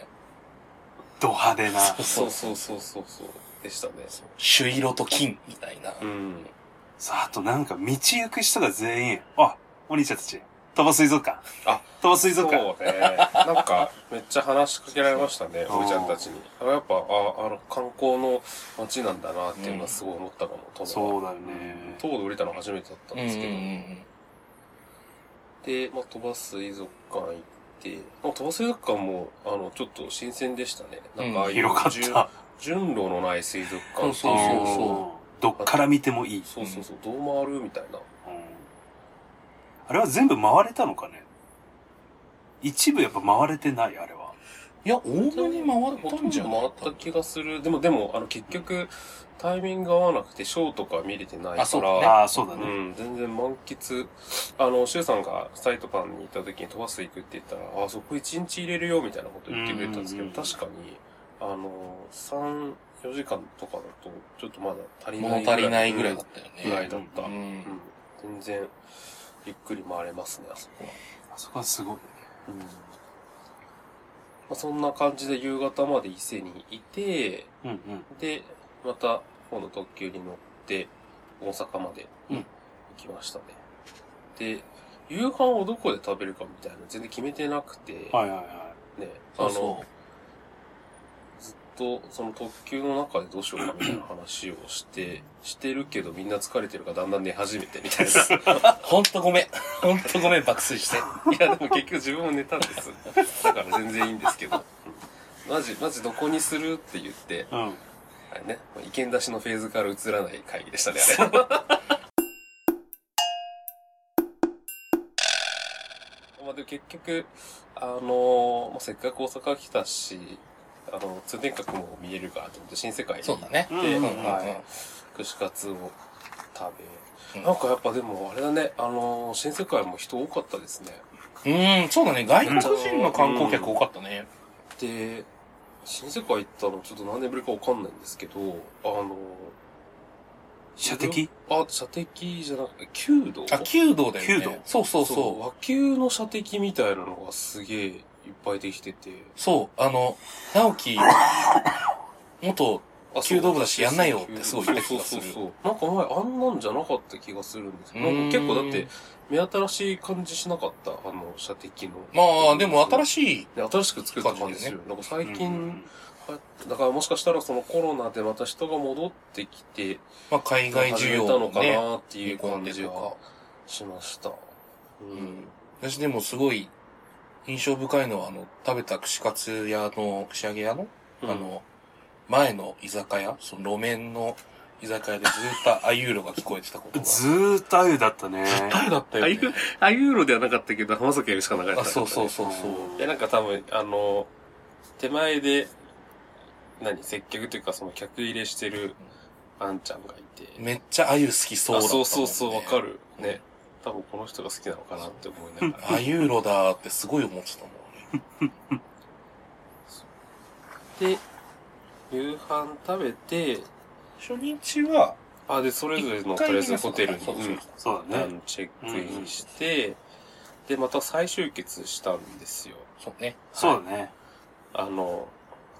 [SPEAKER 1] ド派手な。
[SPEAKER 2] そうそうそうそうそう。でしたね。
[SPEAKER 3] 朱色と金みたいな。
[SPEAKER 2] うん。
[SPEAKER 1] さあ、あとなんか道行く人が全員、あ、お兄ちゃんたち、鳥羽水族館。
[SPEAKER 2] あ、
[SPEAKER 1] 鳥羽水
[SPEAKER 2] そう
[SPEAKER 1] 族館。
[SPEAKER 2] ね。なんか、めっちゃ話しかけられましたね、
[SPEAKER 1] そう
[SPEAKER 2] おじちゃんたちに。あやっぱ、あ、あの、観光の街なんだなっていうのはすごい思ったかも、ト
[SPEAKER 1] そう
[SPEAKER 2] う。
[SPEAKER 1] だよね。
[SPEAKER 2] 東で降りたの初めてだったん
[SPEAKER 3] うんうん
[SPEAKER 2] で
[SPEAKER 3] う
[SPEAKER 2] す
[SPEAKER 3] ん
[SPEAKER 2] けど。
[SPEAKER 3] うん。
[SPEAKER 2] で、まあ、鳥羽水族館行って、まあ鳥羽水族館も、あの、ちょっと新鮮でしたね。なんかああいう、
[SPEAKER 1] 広かった。。
[SPEAKER 2] 順路のない水族館ってい
[SPEAKER 3] そうそうそう
[SPEAKER 1] どっから見てもいい。
[SPEAKER 2] そうそうそう、どう回るみたいな。
[SPEAKER 1] うんあれは全部回れたのかね一部やっぱ回れてない、あれは。
[SPEAKER 3] いや、大物に回ったんじゃ
[SPEAKER 2] ほと
[SPEAKER 3] ない
[SPEAKER 2] ど回った気がする。でも、でも、あの、結局、タイミングが合わなくて、ショーとか見れてないから、
[SPEAKER 3] あそうだね
[SPEAKER 1] ああ、そうだ
[SPEAKER 2] う
[SPEAKER 1] ね。
[SPEAKER 2] ん、全然満喫。あの、シュウさんがサイトパンに行った時に飛ばす行くって言ったら、あ、そこ一日入れるよ、みたいなこと言ってくれたんですけど、
[SPEAKER 1] うんうんうん
[SPEAKER 2] 確かに、あの、3、4時間とかだと、ちょっとまだ足り
[SPEAKER 3] 物
[SPEAKER 2] ない
[SPEAKER 3] 足りないぐらいだ
[SPEAKER 2] だ
[SPEAKER 3] っ
[SPEAKER 2] った
[SPEAKER 3] よね。
[SPEAKER 2] た。ぐらいだった。
[SPEAKER 3] う
[SPEAKER 2] うん
[SPEAKER 3] ん。
[SPEAKER 2] 全然、ゆっくり回れますね、あそこは。
[SPEAKER 1] あそこはすごい。
[SPEAKER 2] うんまあ、そんな感じで夕方まで伊勢にいて、
[SPEAKER 1] うんうん。
[SPEAKER 2] で、また今度特急に乗って大阪まで
[SPEAKER 1] うん
[SPEAKER 2] 行きましたね。で、夕飯をどこで食べるかみたいなの全然決めてなくて、
[SPEAKER 1] はいはいは
[SPEAKER 2] ね、
[SPEAKER 3] そうそ
[SPEAKER 2] ずっとその特急の中でどうしようかみたいな話をして、 してるけどみんな疲れてるからだんだん寝始めてみたいな。
[SPEAKER 3] う。ほんとごめん。ほんとごめん、爆睡して。
[SPEAKER 2] いや、でも結局自分も寝たんです。だから全然いいんですけど。うんマジ、マジどこにするって言って、
[SPEAKER 1] い。うん。
[SPEAKER 2] あれね、意見出しのフェーズから移らない会議でしたね、あれ。 まあでも結局、あのーまあ、せっかく大阪来たし、あの、通天閣も見えるからと思って新世界に
[SPEAKER 3] そ
[SPEAKER 2] 行
[SPEAKER 3] うだ
[SPEAKER 2] っ
[SPEAKER 3] ね。
[SPEAKER 1] うん
[SPEAKER 2] て、
[SPEAKER 1] うん
[SPEAKER 2] はい。串カツを食べ、
[SPEAKER 3] うん
[SPEAKER 2] なんかやっぱでもあれだね、あのー新世界も人多かったですね。
[SPEAKER 3] うん、そうだね。外国人の観光客多かったね。
[SPEAKER 2] で、新世界行ったのちょっと何年ぶりかわかんないんですけど、あの、
[SPEAKER 1] 射的
[SPEAKER 2] あ、射的じゃなくて、弓道
[SPEAKER 3] あ、弓道だよね。
[SPEAKER 1] 弓道
[SPEAKER 3] そうそうそう。
[SPEAKER 2] 和球の射的みたいなのがすげえいっぱいできてて。
[SPEAKER 3] そう、あの、直樹、元、
[SPEAKER 2] あ
[SPEAKER 3] 弓道部だしやんないよってすごい言
[SPEAKER 2] そ
[SPEAKER 3] っ
[SPEAKER 2] う
[SPEAKER 3] て
[SPEAKER 2] そう
[SPEAKER 3] た気がす
[SPEAKER 2] そうそ
[SPEAKER 3] る
[SPEAKER 2] う。なんか前あんなんじゃなかった気がするんですけど、
[SPEAKER 3] うーん
[SPEAKER 2] なんか結構だって目新しい感じしなかった、あの、射的の。
[SPEAKER 3] まあ、でも新
[SPEAKER 2] しい。
[SPEAKER 3] しい、
[SPEAKER 2] 新しく作った感じでする。なんか最近、
[SPEAKER 1] うんうん
[SPEAKER 2] はだからもしかしたらそのコロナでまた人が戻ってきて、
[SPEAKER 3] まあ、海外
[SPEAKER 2] 始
[SPEAKER 3] 需
[SPEAKER 2] め
[SPEAKER 3] 要
[SPEAKER 2] たの
[SPEAKER 3] も
[SPEAKER 2] か
[SPEAKER 3] ね、
[SPEAKER 2] なっていう感じはしました。うん。
[SPEAKER 3] 私でもすごい、印象深いのは、あの、食べた串カツ屋の、串揚げ屋の、
[SPEAKER 2] うん
[SPEAKER 3] あ、の、前の居酒屋、その路面の居酒屋でずっとあ ゆうろが聞こえてたことが。
[SPEAKER 1] ずーっとあゆだったね。
[SPEAKER 3] あゆだったよ、ね。
[SPEAKER 2] あゆうろ ではなかったけど、浜崎よりしか流れ
[SPEAKER 3] あ、そうそうそうそう。
[SPEAKER 1] う
[SPEAKER 2] で、なんか多分、あの、手前で、何、接客というかその客入れしてるあんちゃんがいて。
[SPEAKER 3] めっちゃあゆ好きそうだ
[SPEAKER 2] あ
[SPEAKER 3] ったもん
[SPEAKER 2] そ
[SPEAKER 3] ね、
[SPEAKER 2] うそうそう、わかる。ね。多分この人が好きなのかなって思いながら。
[SPEAKER 3] あゆうろだーってすごい思ってたもんね。
[SPEAKER 2] で、夕飯食べて、
[SPEAKER 3] 初日は、
[SPEAKER 2] あ、で、それぞれの、と
[SPEAKER 3] 一回
[SPEAKER 2] りあ
[SPEAKER 3] 目
[SPEAKER 2] え
[SPEAKER 3] が
[SPEAKER 2] ず
[SPEAKER 3] そ
[SPEAKER 2] ホ
[SPEAKER 3] う
[SPEAKER 2] テルに、
[SPEAKER 3] そうそう
[SPEAKER 2] うん
[SPEAKER 1] そう
[SPEAKER 2] あ
[SPEAKER 1] だね。
[SPEAKER 2] のチェックインして、で、また再集結したんですよ。
[SPEAKER 3] そうね。
[SPEAKER 1] そうだね。
[SPEAKER 2] あの、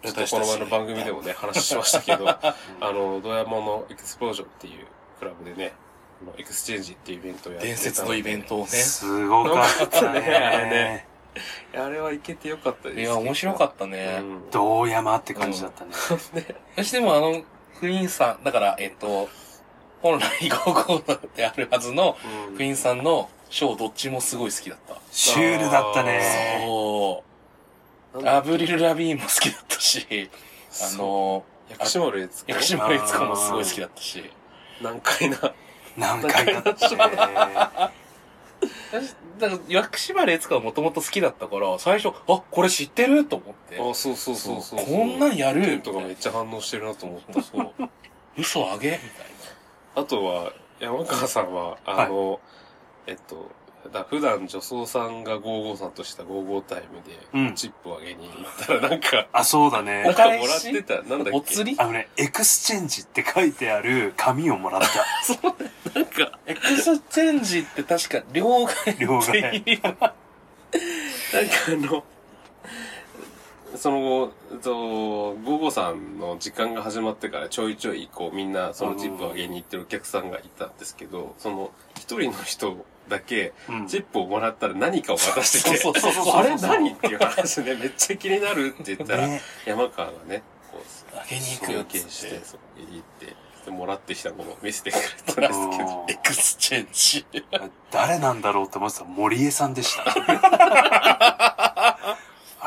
[SPEAKER 2] ちょっと
[SPEAKER 3] 私
[SPEAKER 2] こ
[SPEAKER 3] たち
[SPEAKER 2] の前の番組でもね、話しましたけ ど、あ
[SPEAKER 1] うん
[SPEAKER 2] の、ドヤモのエクスプロージョンっていうクラブでね、あのエクスチェンジっていうイベントをやってた
[SPEAKER 3] 伝説のイベントをね。
[SPEAKER 1] すごか
[SPEAKER 2] よ
[SPEAKER 1] った
[SPEAKER 2] かった
[SPEAKER 1] ね
[SPEAKER 2] ね。あれは行けてよかったです
[SPEAKER 3] いや、面白か
[SPEAKER 2] っ
[SPEAKER 3] ったね。
[SPEAKER 2] うん、
[SPEAKER 1] 道山って感じだったね。
[SPEAKER 3] 私でもあの、クイーンさん、だから、えっと、本来高校であるはずの、
[SPEAKER 2] うん
[SPEAKER 3] クイーンさんのショーどっちもすごい好きだった。
[SPEAKER 1] シュールだったね。
[SPEAKER 3] そう。アブリル・ラビーンも好きだったし、あ
[SPEAKER 2] そう、
[SPEAKER 3] の、
[SPEAKER 2] 薬師丸悦子
[SPEAKER 3] 薬師丸悦子もすごい好きだったし。
[SPEAKER 2] 難解な。
[SPEAKER 1] 何回だったね。
[SPEAKER 3] 私だから、薬師丸悦子はもともと好きだったから、最初、あ、これ知ってると思って。
[SPEAKER 2] あ、そうそうそうそうそう。
[SPEAKER 3] こんなんや
[SPEAKER 2] テ
[SPEAKER 3] る
[SPEAKER 2] ントがめっちゃ反応してるなと思った。
[SPEAKER 3] そうそう。嘘あげみたい
[SPEAKER 2] あとは、山川さんは、あの、えっと、だ普段女装さんが55さんとした55タイム
[SPEAKER 1] う
[SPEAKER 2] で、
[SPEAKER 1] ん
[SPEAKER 2] チップをあげに行ったらなんか、
[SPEAKER 1] あ、そうだ
[SPEAKER 2] な
[SPEAKER 1] ね
[SPEAKER 2] ん。かもらってた、なんだっけ
[SPEAKER 3] な。お釣り
[SPEAKER 1] あのね、エクスチェンジって書いてある紙をも らった。
[SPEAKER 2] なんか、
[SPEAKER 3] エクスチェンジって確か、両替
[SPEAKER 1] 両
[SPEAKER 3] っていう意
[SPEAKER 1] 替。
[SPEAKER 3] 味の
[SPEAKER 2] なんかあの、 その後、えっと、55さんの時間が始まってからちょいちょい、こう、みんな、そのチップをあげに行ってるお客さんがいたんですけど、その、一人の人だけ、
[SPEAKER 1] うん
[SPEAKER 2] チップをもらったら何かを渡してきて、
[SPEAKER 3] そうそうそうそう。
[SPEAKER 2] あれ何っていう話で、めっちゃ気になるって言ったら、
[SPEAKER 1] ね
[SPEAKER 2] 山川がね、こう、
[SPEAKER 3] あげに行くよっ
[SPEAKER 2] 尊敬
[SPEAKER 3] つ
[SPEAKER 2] し
[SPEAKER 3] って
[SPEAKER 2] て、。そう、入り入って、でもらってきたものを見せてくれたんですけど、
[SPEAKER 1] うん
[SPEAKER 3] エクスチェンジ。
[SPEAKER 1] 誰なんだろうって思ってたら森江さん でした。あ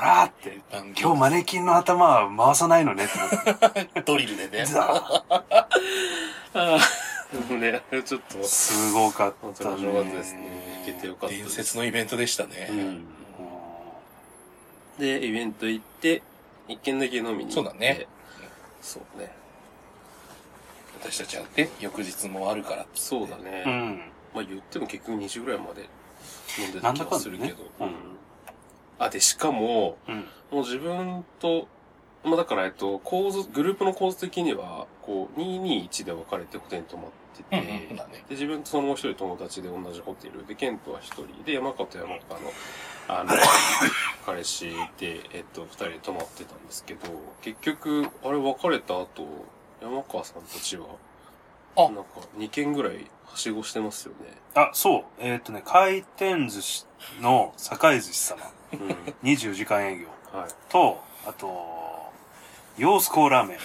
[SPEAKER 1] らーって。今日マネキンの頭は回さないのねって思って
[SPEAKER 3] ドリル でね。
[SPEAKER 1] ザ
[SPEAKER 2] ね、あれちょっと、
[SPEAKER 1] ーすごかっ
[SPEAKER 2] 本当
[SPEAKER 1] た
[SPEAKER 2] に
[SPEAKER 1] ね。
[SPEAKER 2] 面白かったですね。行けてよかった
[SPEAKER 3] 伝
[SPEAKER 2] です。
[SPEAKER 3] 説のイベントでしたね。
[SPEAKER 2] うん。
[SPEAKER 1] う
[SPEAKER 2] で、イベント行って、一軒だけ飲みに行って。
[SPEAKER 3] そうだね。
[SPEAKER 2] そうね。
[SPEAKER 3] 私たちはね、翌日もあるからっつって。
[SPEAKER 2] そうだね。
[SPEAKER 1] ん。うん
[SPEAKER 2] まあ言っても結局2時ぐらいまで飲んで
[SPEAKER 1] な
[SPEAKER 2] た
[SPEAKER 1] ん
[SPEAKER 2] 気
[SPEAKER 1] だか
[SPEAKER 2] が
[SPEAKER 1] んだ
[SPEAKER 2] する
[SPEAKER 1] ね
[SPEAKER 2] けど。
[SPEAKER 1] うん
[SPEAKER 2] あ、で、しかも、
[SPEAKER 1] うん。
[SPEAKER 2] もう自分と、まあだから、えっと、構図、グループの構図的には、こう、221で分かれてホテルに泊まってて、
[SPEAKER 3] うんうん。そうだね。
[SPEAKER 2] で、自分とそのもう一人友達で同じホテルで、ケントは一人で、山川と山川の、あの、彼氏で、えっと、二人で泊まってたんですけど、結局、あれ別れた後、山川さんたちは、
[SPEAKER 3] あ
[SPEAKER 2] なんか、二軒ぐらい、はしごしてますよね。
[SPEAKER 1] あ、そう。えっ、とね、回転寿司の堺寿司様、
[SPEAKER 2] うん。
[SPEAKER 1] 24時間営業
[SPEAKER 2] はい。
[SPEAKER 1] と、あと、洋子コーラーメン、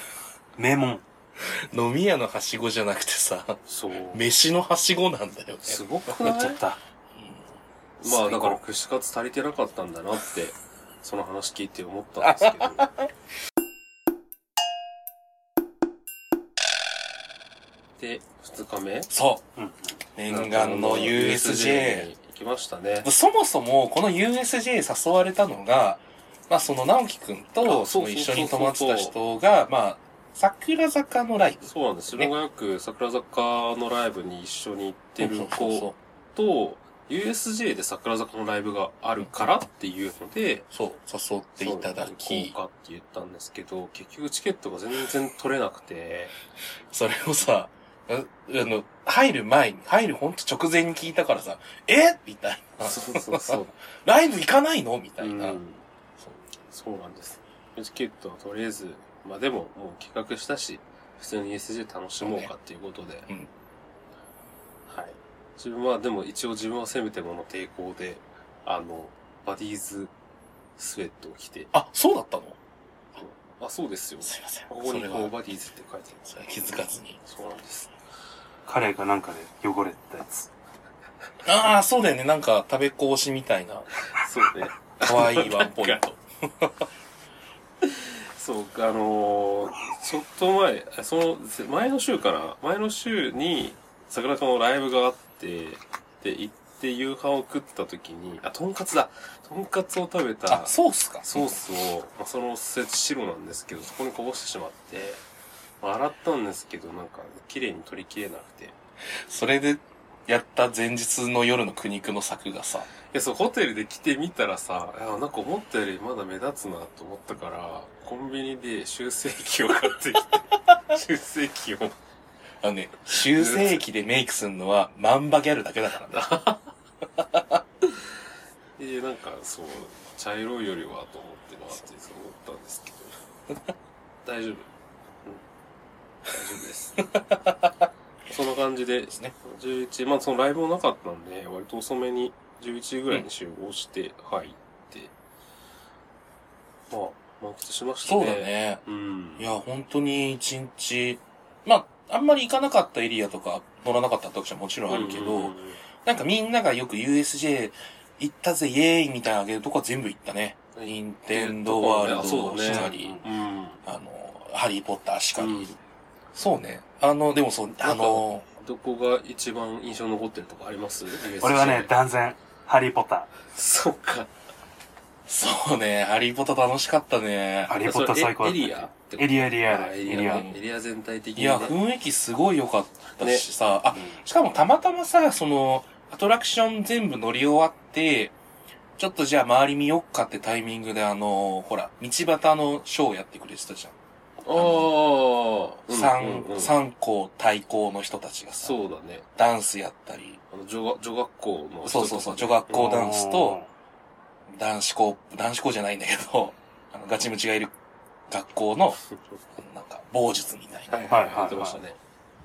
[SPEAKER 1] 名門。
[SPEAKER 3] 飲み屋のはしごじゃなくてさ、
[SPEAKER 2] そう。
[SPEAKER 3] 飯のはしごなんだよね。
[SPEAKER 2] すごく
[SPEAKER 1] や
[SPEAKER 2] ない
[SPEAKER 1] っちゃった。
[SPEAKER 2] まあだから
[SPEAKER 1] 最
[SPEAKER 2] 串カツ足りてなかったんだなって、その話聞いて思ったんですけど。 で、2日目
[SPEAKER 3] そ
[SPEAKER 1] うん。
[SPEAKER 3] う。念願の USJ。
[SPEAKER 2] に行きましたね。
[SPEAKER 3] そもそも、この USJ 誘われたのが、まあ、その直樹くんと、
[SPEAKER 2] あそそうそうそう
[SPEAKER 3] そうの一緒に泊まってた人が、まあ、桜坂のライブ。
[SPEAKER 2] そうなんです。白がよく桜坂のライブに一緒に行ってる
[SPEAKER 3] そうそうそ
[SPEAKER 2] 子
[SPEAKER 3] う
[SPEAKER 2] と、USJ で桜坂のライブがあるからっていうので、
[SPEAKER 3] そう、誘っていただ
[SPEAKER 2] そう
[SPEAKER 3] き
[SPEAKER 2] 行、こうかって言ったんですけど、結局チケットが全然取れなくて、
[SPEAKER 3] それをさ、ああの、入る前に、入るほんと直前に聞いたからさ、えみたいな。
[SPEAKER 2] そうそうそう。
[SPEAKER 3] ライブ行かないのみたいな。
[SPEAKER 2] うん
[SPEAKER 3] そう
[SPEAKER 2] そうなんです。チケットはとりあえず、まあでももう企画したし、普通に USJ 楽しもうかっていうことで。
[SPEAKER 3] うん
[SPEAKER 2] はい。自分はでも一応自分はせめてもの抵抗で、あの、バディーズスウェットを着て、
[SPEAKER 3] あ、そうだったの
[SPEAKER 2] あ、そうですよ。
[SPEAKER 3] すいません。
[SPEAKER 2] ここ
[SPEAKER 3] そ
[SPEAKER 2] に
[SPEAKER 3] れ
[SPEAKER 2] こう
[SPEAKER 3] は、
[SPEAKER 2] バディーズって書いてある。
[SPEAKER 3] それは気づかずに。
[SPEAKER 2] そうなん です。
[SPEAKER 1] カレーかなんかで汚れてたやつ。
[SPEAKER 3] ああ、そうだよね。なんか、食べこぼしみたいな。
[SPEAKER 2] そうね。
[SPEAKER 3] 可愛いワンポイント。
[SPEAKER 2] そうか、あのー、ちょっと前、あその、前の週かな前の週に、桜川のライブがあって、で、行って夕飯を食った時に、あ、とんかつだとんかつを食べ
[SPEAKER 3] あ
[SPEAKER 2] た、ソ
[SPEAKER 3] そうっすか。
[SPEAKER 2] ースを、まあ、そのせ白なんですけど、そこにこぼしてしまって、まあ洗ったんですけど、なんか、綺麗に取りきれなくて。い
[SPEAKER 3] それで、やった前日の夜の苦肉の策がさ、
[SPEAKER 2] や、そう、ホテルで来てみたらさ、いやなんか思ったよりまだ目立つなと思った から、コンビニで修正器を買ってきて、修正器を
[SPEAKER 3] あのね、修正液でメイクするのはマンバギャルだけだからね。
[SPEAKER 2] えー、なんかそう、茶色いよりはと思ってなってそう思ったん ですけど。大丈夫。うん、大丈夫です。 そんな感じで、
[SPEAKER 3] ですね。
[SPEAKER 2] 11、まあそのライブもなかったんで、割と遅めに11時ぐらいに集合して入って、まあ、満喫しましたね。
[SPEAKER 3] そうだ。ね。
[SPEAKER 2] うん。
[SPEAKER 3] いや、本当に一日、まあ、あんまり行かなかったエリアとか、乗らなかったアトラクションもちろんあるけ
[SPEAKER 2] う
[SPEAKER 3] ど、
[SPEAKER 2] んうんうん
[SPEAKER 3] なんかみんながよく USJ 行ったぜ、イエーイみたいなあげるとこは全部行ったね。ニンテンドーワールドしかり、
[SPEAKER 2] うん。
[SPEAKER 3] あの、ハリーポッターしかり。
[SPEAKER 2] うん
[SPEAKER 3] そうね。あの、でもそう、あの、
[SPEAKER 2] どこが一番印象残ってるとこあります
[SPEAKER 1] 俺はね、、断然、ハリーポッタ
[SPEAKER 2] USJ そうか。
[SPEAKER 3] そうね、ハリーポッター楽しかったね
[SPEAKER 1] ー。。ハリーポッター最高だ
[SPEAKER 2] エ
[SPEAKER 1] った
[SPEAKER 2] リアってこ
[SPEAKER 1] エ
[SPEAKER 2] と
[SPEAKER 1] リアエリ
[SPEAKER 2] あ
[SPEAKER 1] ア
[SPEAKER 2] エ
[SPEAKER 1] エ
[SPEAKER 2] リ
[SPEAKER 1] リ
[SPEAKER 2] ア
[SPEAKER 1] ア。
[SPEAKER 2] ねエリア全体的
[SPEAKER 3] い
[SPEAKER 2] に
[SPEAKER 3] や、
[SPEAKER 2] ね。
[SPEAKER 3] 雰囲気すごい良かったしさ、あ、しかもたまたまさ、その、アトラクション全部乗り終わって、ちょっとじゃあ周り見よっかってタイミングであの、ほら、道端のショーやってくれてたじ
[SPEAKER 2] ああ、う
[SPEAKER 3] ゃん。
[SPEAKER 2] んうんう
[SPEAKER 3] 三、
[SPEAKER 2] ん
[SPEAKER 3] 三校対抗の人たちがさ、
[SPEAKER 2] そうだね。
[SPEAKER 3] ダンスやったり、
[SPEAKER 2] あの、女学女学校の人とかね
[SPEAKER 3] そうそうそう、女学校ダンスと、男子校、男子校じゃないんだけど、あの、ガチムチがいる学校の、なんか、棒術みたいな。
[SPEAKER 2] はい
[SPEAKER 1] は
[SPEAKER 2] は
[SPEAKER 1] いはいい、
[SPEAKER 2] やってましたね。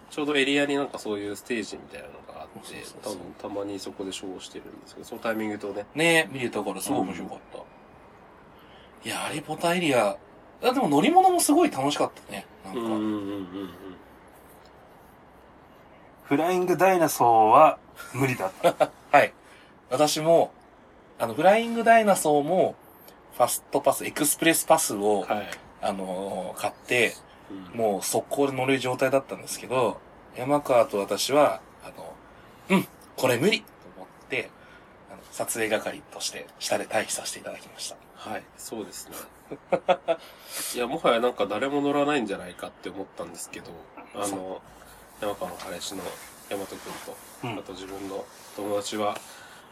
[SPEAKER 2] ちょうどエリアになんかそういうステージみたいなのがあっ
[SPEAKER 3] そう
[SPEAKER 2] て
[SPEAKER 3] そう、
[SPEAKER 2] 多
[SPEAKER 3] そう
[SPEAKER 2] 分たまにそこでショーをしてるんですけど、そのタイミングとね。
[SPEAKER 3] ね見れたからすごい面白かった。いや、ハリポタエリア、あでも乗り物もすごい楽しかったね。なん
[SPEAKER 2] う
[SPEAKER 3] か、
[SPEAKER 2] んうんうん
[SPEAKER 1] フライングダイナソーは無理だった。
[SPEAKER 3] はい。私も、あの、フライングダイナソーも、ファストパス、エクスプレスパス
[SPEAKER 2] うん。
[SPEAKER 3] を、
[SPEAKER 2] はい。
[SPEAKER 3] あのー買って、
[SPEAKER 2] うん
[SPEAKER 3] もう速攻で乗れる状態だったんですけど、山川と私は、あの、うん、これ無理と思って、あの撮影係として、下で待機させていただきました。
[SPEAKER 2] はい、そうですね。 いや、もはやなんか誰も乗らないんじゃないかって思ったんですけど、あの、山川の彼氏の山戸くんと、
[SPEAKER 1] うん
[SPEAKER 2] あと自分の友達は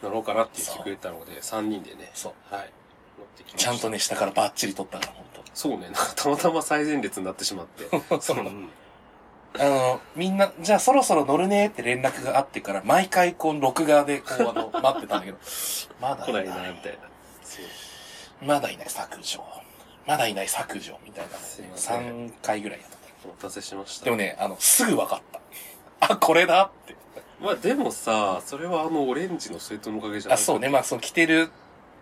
[SPEAKER 2] 乗ろうかなって言ってくれたので、3人でね、
[SPEAKER 3] そう。
[SPEAKER 2] はい、乗ってきまし
[SPEAKER 3] ち
[SPEAKER 2] た。
[SPEAKER 3] ゃんとね、下からバッチリ撮ったから、本当
[SPEAKER 2] そうね、なんかたまたま最前列になってしま って。その
[SPEAKER 1] うん
[SPEAKER 3] あの、みんな、じゃあそろそろ乗るねって連絡があってから、毎回こう、録画でこう、あの、待ってたんだけど、 まだ
[SPEAKER 2] 来ないな、みたいな。そう。
[SPEAKER 3] まだいない削除。まだいない削除、みたいな
[SPEAKER 2] すいません
[SPEAKER 3] 3回ぐらいやった。
[SPEAKER 2] お待たせしました。
[SPEAKER 3] でもね、あの、すぐ分かった。あ、これだって。
[SPEAKER 2] まあでもさ、それはあのオレンジのスウェットのおかげじゃない
[SPEAKER 3] あ、そうね。まあ、その着てる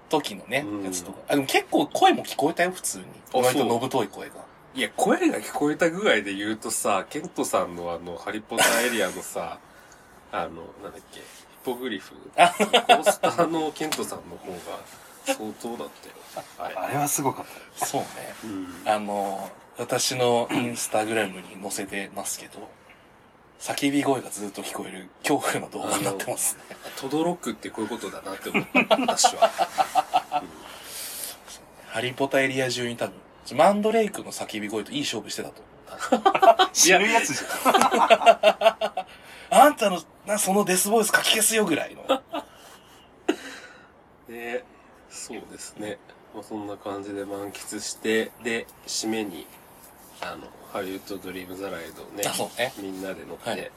[SPEAKER 3] 時のね
[SPEAKER 2] うん、
[SPEAKER 3] やつとか。あ、でも結構声も聞こえたよ、普通に。
[SPEAKER 2] そう
[SPEAKER 3] 割とのぶとい声が。
[SPEAKER 2] いや、声が聞こえた具合で言うとさ、ケントさんのあの、ハリポタエリアのさ、 あの、なんだっけ、ヒポグリフ。コースターのケントさんの方が相当だったよ。あ
[SPEAKER 1] あれはすごかっ
[SPEAKER 3] そうね。
[SPEAKER 2] れ。うん。
[SPEAKER 3] あの、私のインスタグラムに載せてますけど、叫び声がずっと聞こえる恐怖の動画になってますね。
[SPEAKER 2] とどろくってこういうことだなって思った、私 は。
[SPEAKER 3] ハリポタエリア中に多分、マンドレイクの叫び声といい勝負してたと思う。
[SPEAKER 1] た。 死ぬやつじゃ
[SPEAKER 3] あんたの、な、そのデスボイスかき消すよぐら いの。
[SPEAKER 2] で、そうですね。まあそんな感じで満喫して、で、締めに、あの、ハリウッドドリームザライドをね
[SPEAKER 3] あ、そうね
[SPEAKER 2] みんなで乗って、
[SPEAKER 3] はい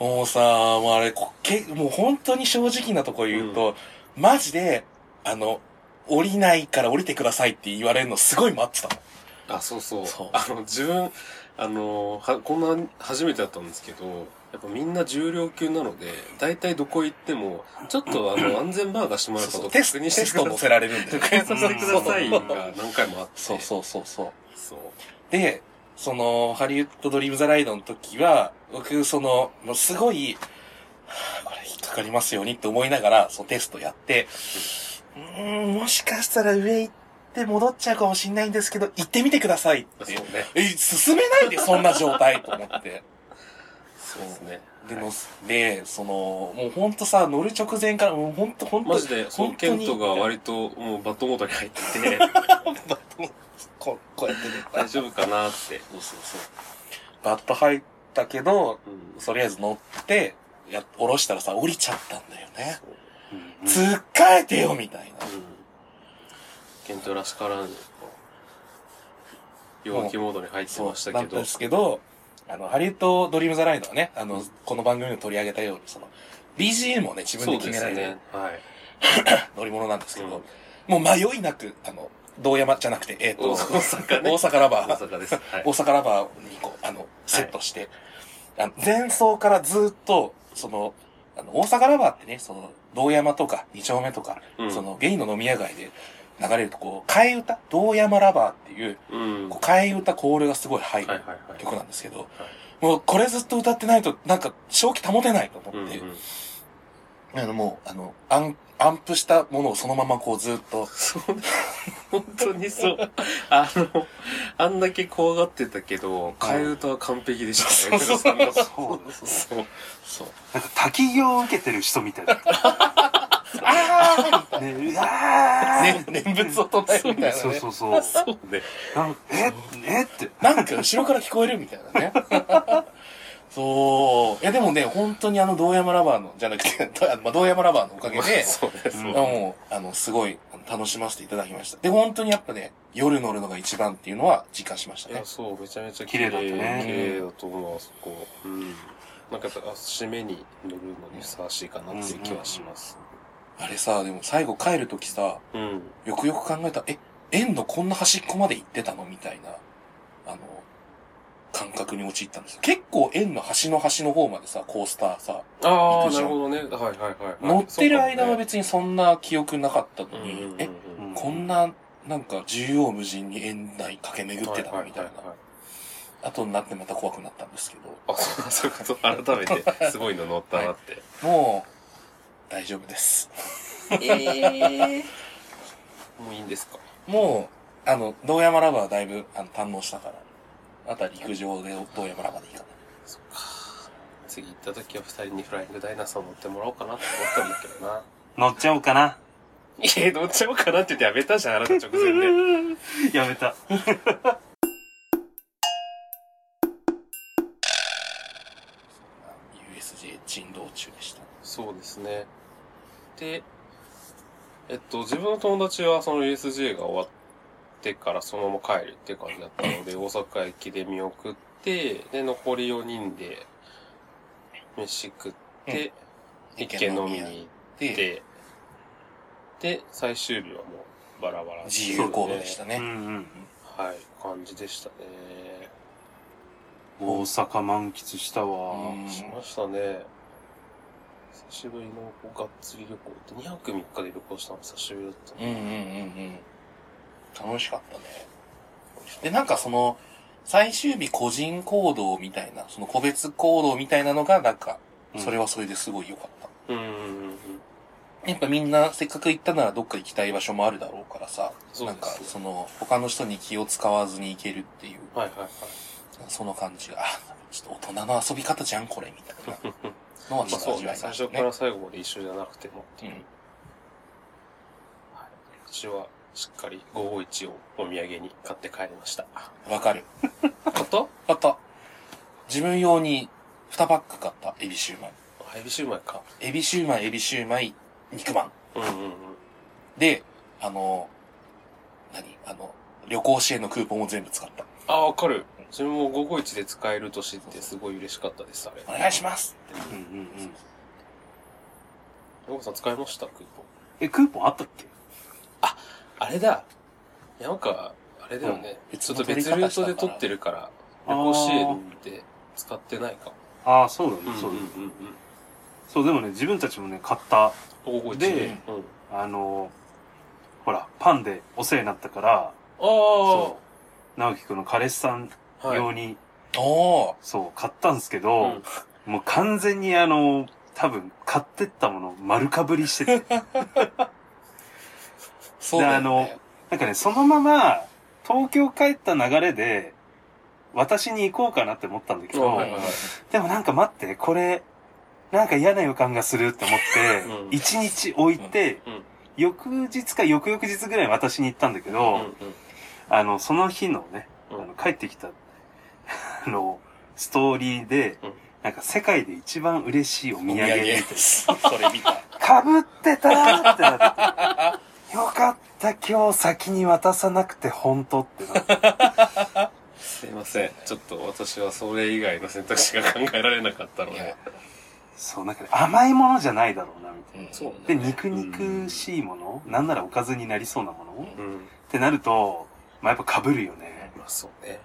[SPEAKER 3] もうさ、もうあれ、こけ、もう本当に正直なとこ言うと、マジで、あの、降りないから降りてくださいって言われるのすごい待ってたの。
[SPEAKER 2] あ、そうそう。
[SPEAKER 3] そう
[SPEAKER 2] あの、自分、あの、は、こんな初めてだったんですけど、やっぱみんな重量級なので、大体どこ行っても、ちょっとあの、安全バーが閉まる
[SPEAKER 3] そう
[SPEAKER 2] か
[SPEAKER 3] そ
[SPEAKER 2] ど
[SPEAKER 3] うテス
[SPEAKER 2] 確認
[SPEAKER 3] ト、テ
[SPEAKER 2] して
[SPEAKER 3] ス
[SPEAKER 2] く
[SPEAKER 3] ト
[SPEAKER 2] ださい。
[SPEAKER 3] 載せられるんだよ
[SPEAKER 2] 確認させてください
[SPEAKER 1] うん
[SPEAKER 2] が何回もあって。
[SPEAKER 3] そうそうそうそう。
[SPEAKER 2] そう。
[SPEAKER 3] で、その、ハリウッドドリームザライドの時は、僕、その、もうすごい、はぁこれ引っかかりますようにって思いながら、そのテストやって、うーん、もしかしたら上行って戻っちゃうかもしんないんですけど、行ってみてくださいっ
[SPEAKER 2] そう
[SPEAKER 3] て。
[SPEAKER 2] ね。
[SPEAKER 3] え、進めないで、そんな状態と思って。
[SPEAKER 2] そうですね。
[SPEAKER 3] で、
[SPEAKER 2] はい
[SPEAKER 3] の、で、その、もうほんとさ、乗る直前から、もうほんと、ほんと、
[SPEAKER 2] マジで、その
[SPEAKER 3] 本当
[SPEAKER 2] ケ
[SPEAKER 3] に
[SPEAKER 2] ントが割ともうバットモードに入ってて、
[SPEAKER 3] ここうやってね。
[SPEAKER 2] 大丈夫かなって。
[SPEAKER 3] そうそうそう。バット入ったけど、
[SPEAKER 2] うん
[SPEAKER 3] とりあえず乗って、や、降ろしたらさ、降りちゃったんだよね。
[SPEAKER 1] ん。
[SPEAKER 3] つっかえてよみたいな。
[SPEAKER 2] うんケントらしからぬ、こう、陽気モードに入って
[SPEAKER 3] そう
[SPEAKER 2] ました
[SPEAKER 3] な
[SPEAKER 2] け
[SPEAKER 3] ん
[SPEAKER 2] ど
[SPEAKER 3] で、すけど、あの、ハリウッドドリームザライドはね、あの、この番組でも取り上げたように、その、BGM をね、自分で決められる。
[SPEAKER 2] はい。
[SPEAKER 3] 乗り物なんですけど、
[SPEAKER 2] うん
[SPEAKER 3] もう迷いなく、あの、道山じゃなくて、えっ、と、
[SPEAKER 2] 大阪ね
[SPEAKER 3] 大阪ラバ
[SPEAKER 2] 大
[SPEAKER 3] ー、
[SPEAKER 2] 阪 です。はい
[SPEAKER 3] 大。阪ラバーにこう、あの、セットして、あの前奏からずっと、その、あの、大阪ラバーってね、その、道山とか、二丁目とか、
[SPEAKER 2] うん
[SPEAKER 3] その、ゲイの飲み屋街で流れると、こう、替え歌、道山ラバーっていう、
[SPEAKER 2] うん。
[SPEAKER 3] こ
[SPEAKER 2] は
[SPEAKER 3] う替え歌コールがすごい入
[SPEAKER 2] いはい
[SPEAKER 3] る
[SPEAKER 2] はい。
[SPEAKER 3] 曲なんですけど、もうこれずっと歌ってないと、なんか、正気保てないと
[SPEAKER 2] うん
[SPEAKER 3] 思
[SPEAKER 2] う
[SPEAKER 3] って、
[SPEAKER 2] ん。
[SPEAKER 3] あの、もう、あの、アン、アンプしたものをそのままこうずっと、
[SPEAKER 2] 本当にそう。あの、あんだけ怖がってたけど、替え歌は完璧でしたね。
[SPEAKER 3] そう
[SPEAKER 2] そう
[SPEAKER 1] そうそう
[SPEAKER 2] そう。
[SPEAKER 3] そう。
[SPEAKER 1] なんか滝行を受けてる人みたい
[SPEAKER 3] あ
[SPEAKER 1] な。ね、うわー
[SPEAKER 3] ー、ね、 念仏を唱えるみたいな、ね。
[SPEAKER 1] そうそうそう。
[SPEAKER 2] そうね。
[SPEAKER 1] なんかえ、えって。
[SPEAKER 3] なんか後ろから聞こえるみたい なね。そう。いやでもね、本当にあの、道山ラバーの、じゃなくて、 あのまあ、道山ラバーのおかげ で、
[SPEAKER 2] そうね、そう
[SPEAKER 1] う
[SPEAKER 2] ね。
[SPEAKER 3] もう、あの、すごい、あの楽しませていただきました。で、本当にやっぱね、夜乗るのが一番っていうのは実感しました
[SPEAKER 2] い
[SPEAKER 3] ね
[SPEAKER 2] や、。そう、めちゃめちゃ
[SPEAKER 1] 綺麗だったね
[SPEAKER 2] 綺麗だと思う、あそこ。うん。なんかやっぱ、あ締めに乗るのにふさわしいかなっていう気はします。
[SPEAKER 3] あれさ、でも最後帰るときさ、
[SPEAKER 2] うん。
[SPEAKER 3] よくよく考えたら、え、円のこんな端っこまで行ってたのみたいな、あの、感覚に陥ったんですよ。結構円の端の端の方までさ、コースターさ、
[SPEAKER 2] あ
[SPEAKER 3] 行く
[SPEAKER 2] あ、
[SPEAKER 3] じゃ
[SPEAKER 2] なんるほどね。はいはいはい。
[SPEAKER 3] 乗ってる間は
[SPEAKER 2] 別
[SPEAKER 3] 別にそんな記憶なかったの
[SPEAKER 2] うんうん
[SPEAKER 3] に
[SPEAKER 2] う、ん
[SPEAKER 3] え、
[SPEAKER 2] うん
[SPEAKER 1] うん
[SPEAKER 3] こんな、なんか、縦横無尽に園内駆け巡ってたのみたいな
[SPEAKER 2] はは。は
[SPEAKER 3] 後になってまた怖くなったんですけど、
[SPEAKER 2] あ、そうそういうこと。改めて、すごいの乗ったなって。
[SPEAKER 3] もう、大丈夫です。
[SPEAKER 2] もういいんですか
[SPEAKER 3] もう、あの、道山ラバーだいぶあの堪能したから、あとは陸上で道山ラバーでいいかな。
[SPEAKER 2] そっか。次行った時は二人にフライングダイナソー乗ってもらおうかなって思ったんだけどな。
[SPEAKER 1] 乗っちゃおうかな。
[SPEAKER 2] え、乗っちゃおうかなって言ってやめたじゃん、あなた直前で。
[SPEAKER 1] やめた。
[SPEAKER 3] USJ 人道中でした。
[SPEAKER 2] そうですね。で、えっと、自分の友達はその USJ が終わってからそのまま帰るっていう感じだったので、大阪駅で見送って、で、残り4人で、飯食って、一軒飲みに行っ
[SPEAKER 3] で、
[SPEAKER 2] て、で、最終日はもうバラバラっていう
[SPEAKER 3] 自
[SPEAKER 2] ね、
[SPEAKER 3] 由行動でした
[SPEAKER 1] うんう
[SPEAKER 3] ね。
[SPEAKER 1] ん。
[SPEAKER 2] はい、感じでしたね。
[SPEAKER 1] 大阪満喫したわ。
[SPEAKER 3] うん
[SPEAKER 2] しましたね。久しぶりのこうがっつり旅行って、2泊3日で旅行したの久しぶりだった
[SPEAKER 3] うんうんうんうん。楽しかったね。で、なんかその、最終日個人行動みたいな、その個別行動みたいなのが、なんか、それ
[SPEAKER 1] は。
[SPEAKER 3] はそれですごい良かった。
[SPEAKER 2] うんうんうんうん。
[SPEAKER 3] やっぱみんなせっかく行ったならどっか行きたい場所もあるだろうからさ、
[SPEAKER 2] そう
[SPEAKER 3] なん
[SPEAKER 2] で
[SPEAKER 3] か
[SPEAKER 2] すね
[SPEAKER 3] その他の人に気を使わずに行けるっていう、
[SPEAKER 2] はいはいはい。
[SPEAKER 3] その感じが、あ、ちょっと大人の遊び方じゃんこれみたい なのは
[SPEAKER 2] ま
[SPEAKER 3] ち
[SPEAKER 2] あ
[SPEAKER 3] ょっと
[SPEAKER 2] そう
[SPEAKER 3] 味わ
[SPEAKER 2] ね
[SPEAKER 3] い。
[SPEAKER 2] 最
[SPEAKER 3] まし
[SPEAKER 2] 初
[SPEAKER 3] た
[SPEAKER 2] か
[SPEAKER 3] ね
[SPEAKER 2] ら。最後まで一緒じゃなくてもっていう。
[SPEAKER 3] うん
[SPEAKER 2] はい私はしっかり551をお土産に買って帰りました。
[SPEAKER 3] わかる。
[SPEAKER 2] 買った
[SPEAKER 3] 買った。自分用に2パック買った、エビシューマイ。
[SPEAKER 2] ハイビシュウマイか。
[SPEAKER 3] エビシューマイ、エビシューマイ、肉まん。
[SPEAKER 2] うんうんうん。
[SPEAKER 3] で、あの、何あの、旅行支援のクーポンを全部使った。
[SPEAKER 2] ああ、わかる。自分も551で使えると知ってすごい嬉しかったです、あれ。
[SPEAKER 3] お願いします
[SPEAKER 1] うんうんうん。
[SPEAKER 2] 山子さん使いましたクーポン。
[SPEAKER 1] え、クーポンあったっけ
[SPEAKER 2] あれだ。山川、あれだよね。
[SPEAKER 3] うん
[SPEAKER 2] ちょっと別ルートで撮ってるから、旅行支援で使ってないかも。
[SPEAKER 1] ああ、そうだね。そうだね。
[SPEAKER 2] ん
[SPEAKER 1] そう、でもね、自分たちもね、買った、
[SPEAKER 2] うん。551
[SPEAKER 1] で
[SPEAKER 2] ねうん。
[SPEAKER 1] あの、ほら、パンでお世話になったから、
[SPEAKER 2] あ
[SPEAKER 1] そう、直樹くんの彼氏さん
[SPEAKER 2] あ、はい。
[SPEAKER 1] 用に、
[SPEAKER 3] おー
[SPEAKER 1] そう、買ったんですけど、もう完全にあの、多分、買ってったもの丸かぶりしてて、
[SPEAKER 3] そうだよ
[SPEAKER 1] であの
[SPEAKER 3] ね。
[SPEAKER 1] なんかね、そのまま、東京帰った流れで、私に行こうかなって思ったんだけ
[SPEAKER 2] うん
[SPEAKER 1] ど、
[SPEAKER 2] はいはいはい
[SPEAKER 1] でもなんか待って、これ、なんか嫌な予感がするって思
[SPEAKER 2] う
[SPEAKER 1] っ
[SPEAKER 2] ん
[SPEAKER 1] て、一、日置いて、
[SPEAKER 2] うん
[SPEAKER 1] 翌日か翌々日ぐらい私に行ったんだけど、あの、その日のね、
[SPEAKER 2] うん
[SPEAKER 1] あの帰ってきた、あの、ストーリーで、
[SPEAKER 2] うん
[SPEAKER 1] なんか世界で一番嬉しいお土
[SPEAKER 3] お
[SPEAKER 1] 産
[SPEAKER 3] 土産です。それ見た。
[SPEAKER 1] かぶってたーってなって。よかった、今日先に渡さなくて本当ってなって。
[SPEAKER 2] すいません。ちょっと私はそれ以外の選択肢が考えられなかったの
[SPEAKER 3] いや
[SPEAKER 2] で。
[SPEAKER 1] そう、なんかね甘いものじゃないだろうな、みたい
[SPEAKER 3] うん
[SPEAKER 2] そう
[SPEAKER 1] な。で、肉肉しいもの、なんならおかずになりそうなもの
[SPEAKER 2] う
[SPEAKER 1] っ
[SPEAKER 2] ん。
[SPEAKER 1] てなると、まあ、やっぱ被るよね。
[SPEAKER 2] まあそうね。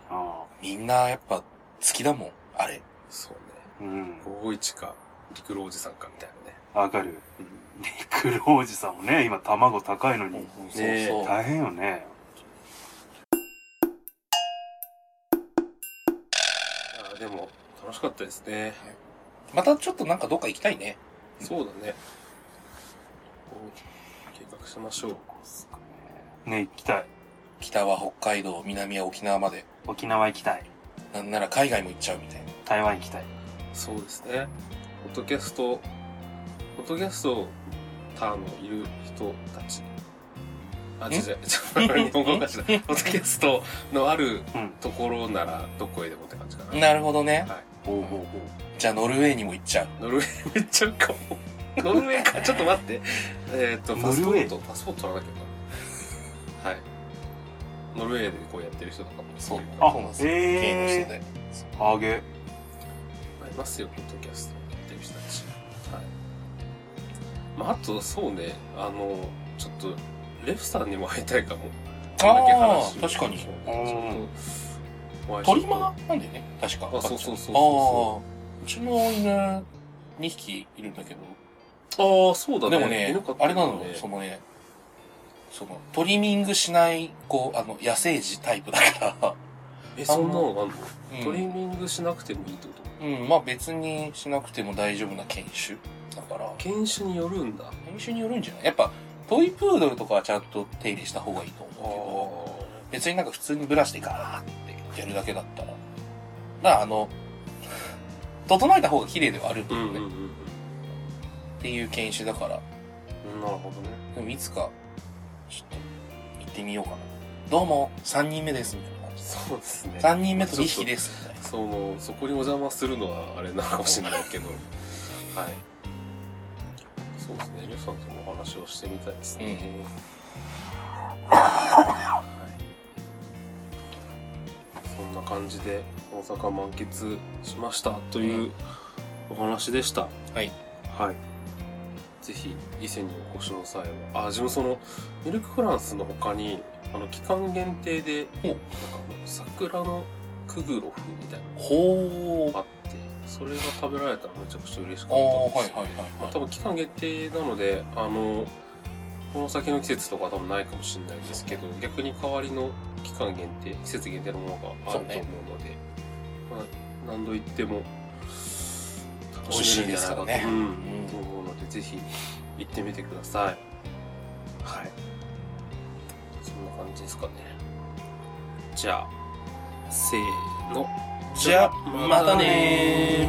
[SPEAKER 3] みんなやっぱ好きだもん、あれ。
[SPEAKER 2] そうね。
[SPEAKER 1] うん。うん。
[SPEAKER 2] 551か、陸老おじさんかみたいなね。
[SPEAKER 1] わかる。
[SPEAKER 2] うん。
[SPEAKER 1] リクルおじさんもね、今卵高いのに、
[SPEAKER 3] そう
[SPEAKER 2] ね
[SPEAKER 3] そう。
[SPEAKER 1] 大変よね。
[SPEAKER 2] あーでも、楽しかったですね。
[SPEAKER 3] またちょっとなんかどっか行きたいね。
[SPEAKER 2] そうだね。計画しましょう。
[SPEAKER 1] ね、行きたい。
[SPEAKER 3] 北は北海道、南は沖縄まで。
[SPEAKER 1] 沖縄行きたい。
[SPEAKER 3] なんなら海外も行っちゃうみたいな。
[SPEAKER 1] 台湾行きたい。
[SPEAKER 2] そうですね。ポッドキャスト、ポッドキャストターのいる人たち。あ、違う違う、日本語おかしいな。ポッドキャストのある
[SPEAKER 1] うん
[SPEAKER 2] ところならどこへでもって感じかな。
[SPEAKER 3] なるほどね。
[SPEAKER 1] ほうほうほ
[SPEAKER 3] じゃあノルウェーにも行っちゃう。
[SPEAKER 2] ノルウェーめっちゃうかも。ノルウェーか、ちょっと待って。えっと、パスポ
[SPEAKER 1] ノルウェ
[SPEAKER 2] ー
[SPEAKER 1] ー
[SPEAKER 2] ト、パスポート取らなきゃいけない。はい。ノルウェーでこうやってる人とかも
[SPEAKER 3] そう。
[SPEAKER 1] あ
[SPEAKER 3] そうなんですよ。
[SPEAKER 1] へー
[SPEAKER 3] 芸能人で。
[SPEAKER 1] う。あげ。
[SPEAKER 2] ありますよ、ポッドキャストやってる人たち。はい。まあ、あと、そうね、あの、ちょっと、レフさんにも会いたいかも。
[SPEAKER 3] あ
[SPEAKER 2] こ
[SPEAKER 3] あ、
[SPEAKER 2] んだけ話
[SPEAKER 3] 確
[SPEAKER 2] を
[SPEAKER 3] かに
[SPEAKER 2] ち。
[SPEAKER 1] う
[SPEAKER 2] ょっと、お会いしよう
[SPEAKER 3] 鳥間なんだよね、確か。
[SPEAKER 2] あ、そうそうそうそう
[SPEAKER 3] ああ、うちの犬2匹いるんだけど。
[SPEAKER 2] そう。ああ、そうだね。
[SPEAKER 3] でもね
[SPEAKER 2] 犬飼っ、て
[SPEAKER 3] あ
[SPEAKER 2] る
[SPEAKER 3] れ
[SPEAKER 2] か
[SPEAKER 3] な
[SPEAKER 2] ら
[SPEAKER 3] の
[SPEAKER 2] ね
[SPEAKER 3] よ、そのね、その、トリミングしない、こう、あの、野生児タイプだから。
[SPEAKER 2] え、そんなのがあんの
[SPEAKER 3] うん
[SPEAKER 2] トリミングしなくてもいいってこと
[SPEAKER 3] うん、まあ別にしなくても大丈夫な犬種だから。
[SPEAKER 2] 犬種によるんだ。あ
[SPEAKER 3] 犬種によるんじゃないやっぱ、トイプードルとかはちゃんと手入れした方がいいと
[SPEAKER 2] あ
[SPEAKER 3] 思うけど、別になんか普通にブラシでガーってやるだけだったら。だからあの、整えた方が綺麗ではあるんだ
[SPEAKER 2] う
[SPEAKER 3] よ
[SPEAKER 2] ん
[SPEAKER 3] ね、
[SPEAKER 2] うんうんうん。
[SPEAKER 3] っていう犬種だから。
[SPEAKER 2] なるほどね。
[SPEAKER 3] でもいつか、ちょっと、行ってみようかな。どうも、3人目です、みたいな感じで
[SPEAKER 2] そうですね。
[SPEAKER 3] 3人目と2匹です、みたいな。
[SPEAKER 2] その、そこにお邪魔するのはあれなのかもしれないけど、はい。そうですね、リュウさんともお話をしてみたいですね。はいそんな感じで大阪満喫しましたと
[SPEAKER 3] う
[SPEAKER 2] いうんお話でした。
[SPEAKER 3] はい。
[SPEAKER 2] はい。ぜひ、伊勢にお越しの際は、あ、自分その、ミルクフランスの他に、あの、期間限定で、
[SPEAKER 3] お
[SPEAKER 2] なんかあの桜のクグロフみたいな
[SPEAKER 3] ほー。
[SPEAKER 2] あって、それが食べられたらめちゃくちゃ嬉しかった
[SPEAKER 3] あー、は
[SPEAKER 2] で
[SPEAKER 3] い
[SPEAKER 2] す。
[SPEAKER 3] はい
[SPEAKER 2] まあ
[SPEAKER 3] はい
[SPEAKER 2] 多
[SPEAKER 3] は
[SPEAKER 2] 分期間限定なので、あの、この先の季節とかは多分ないかもしれないですけど、逆に代わりの期間限定、季節限定のものがあると思うので、まあ、何度行っても楽しめるんじゃないかと、
[SPEAKER 3] 美味しいですからね
[SPEAKER 2] うん
[SPEAKER 3] うん
[SPEAKER 2] と思うので、ぜひ行ってみてください。はい。そんな感じですかね。じゃあ、せーの。
[SPEAKER 3] い。じゃあ、またねー。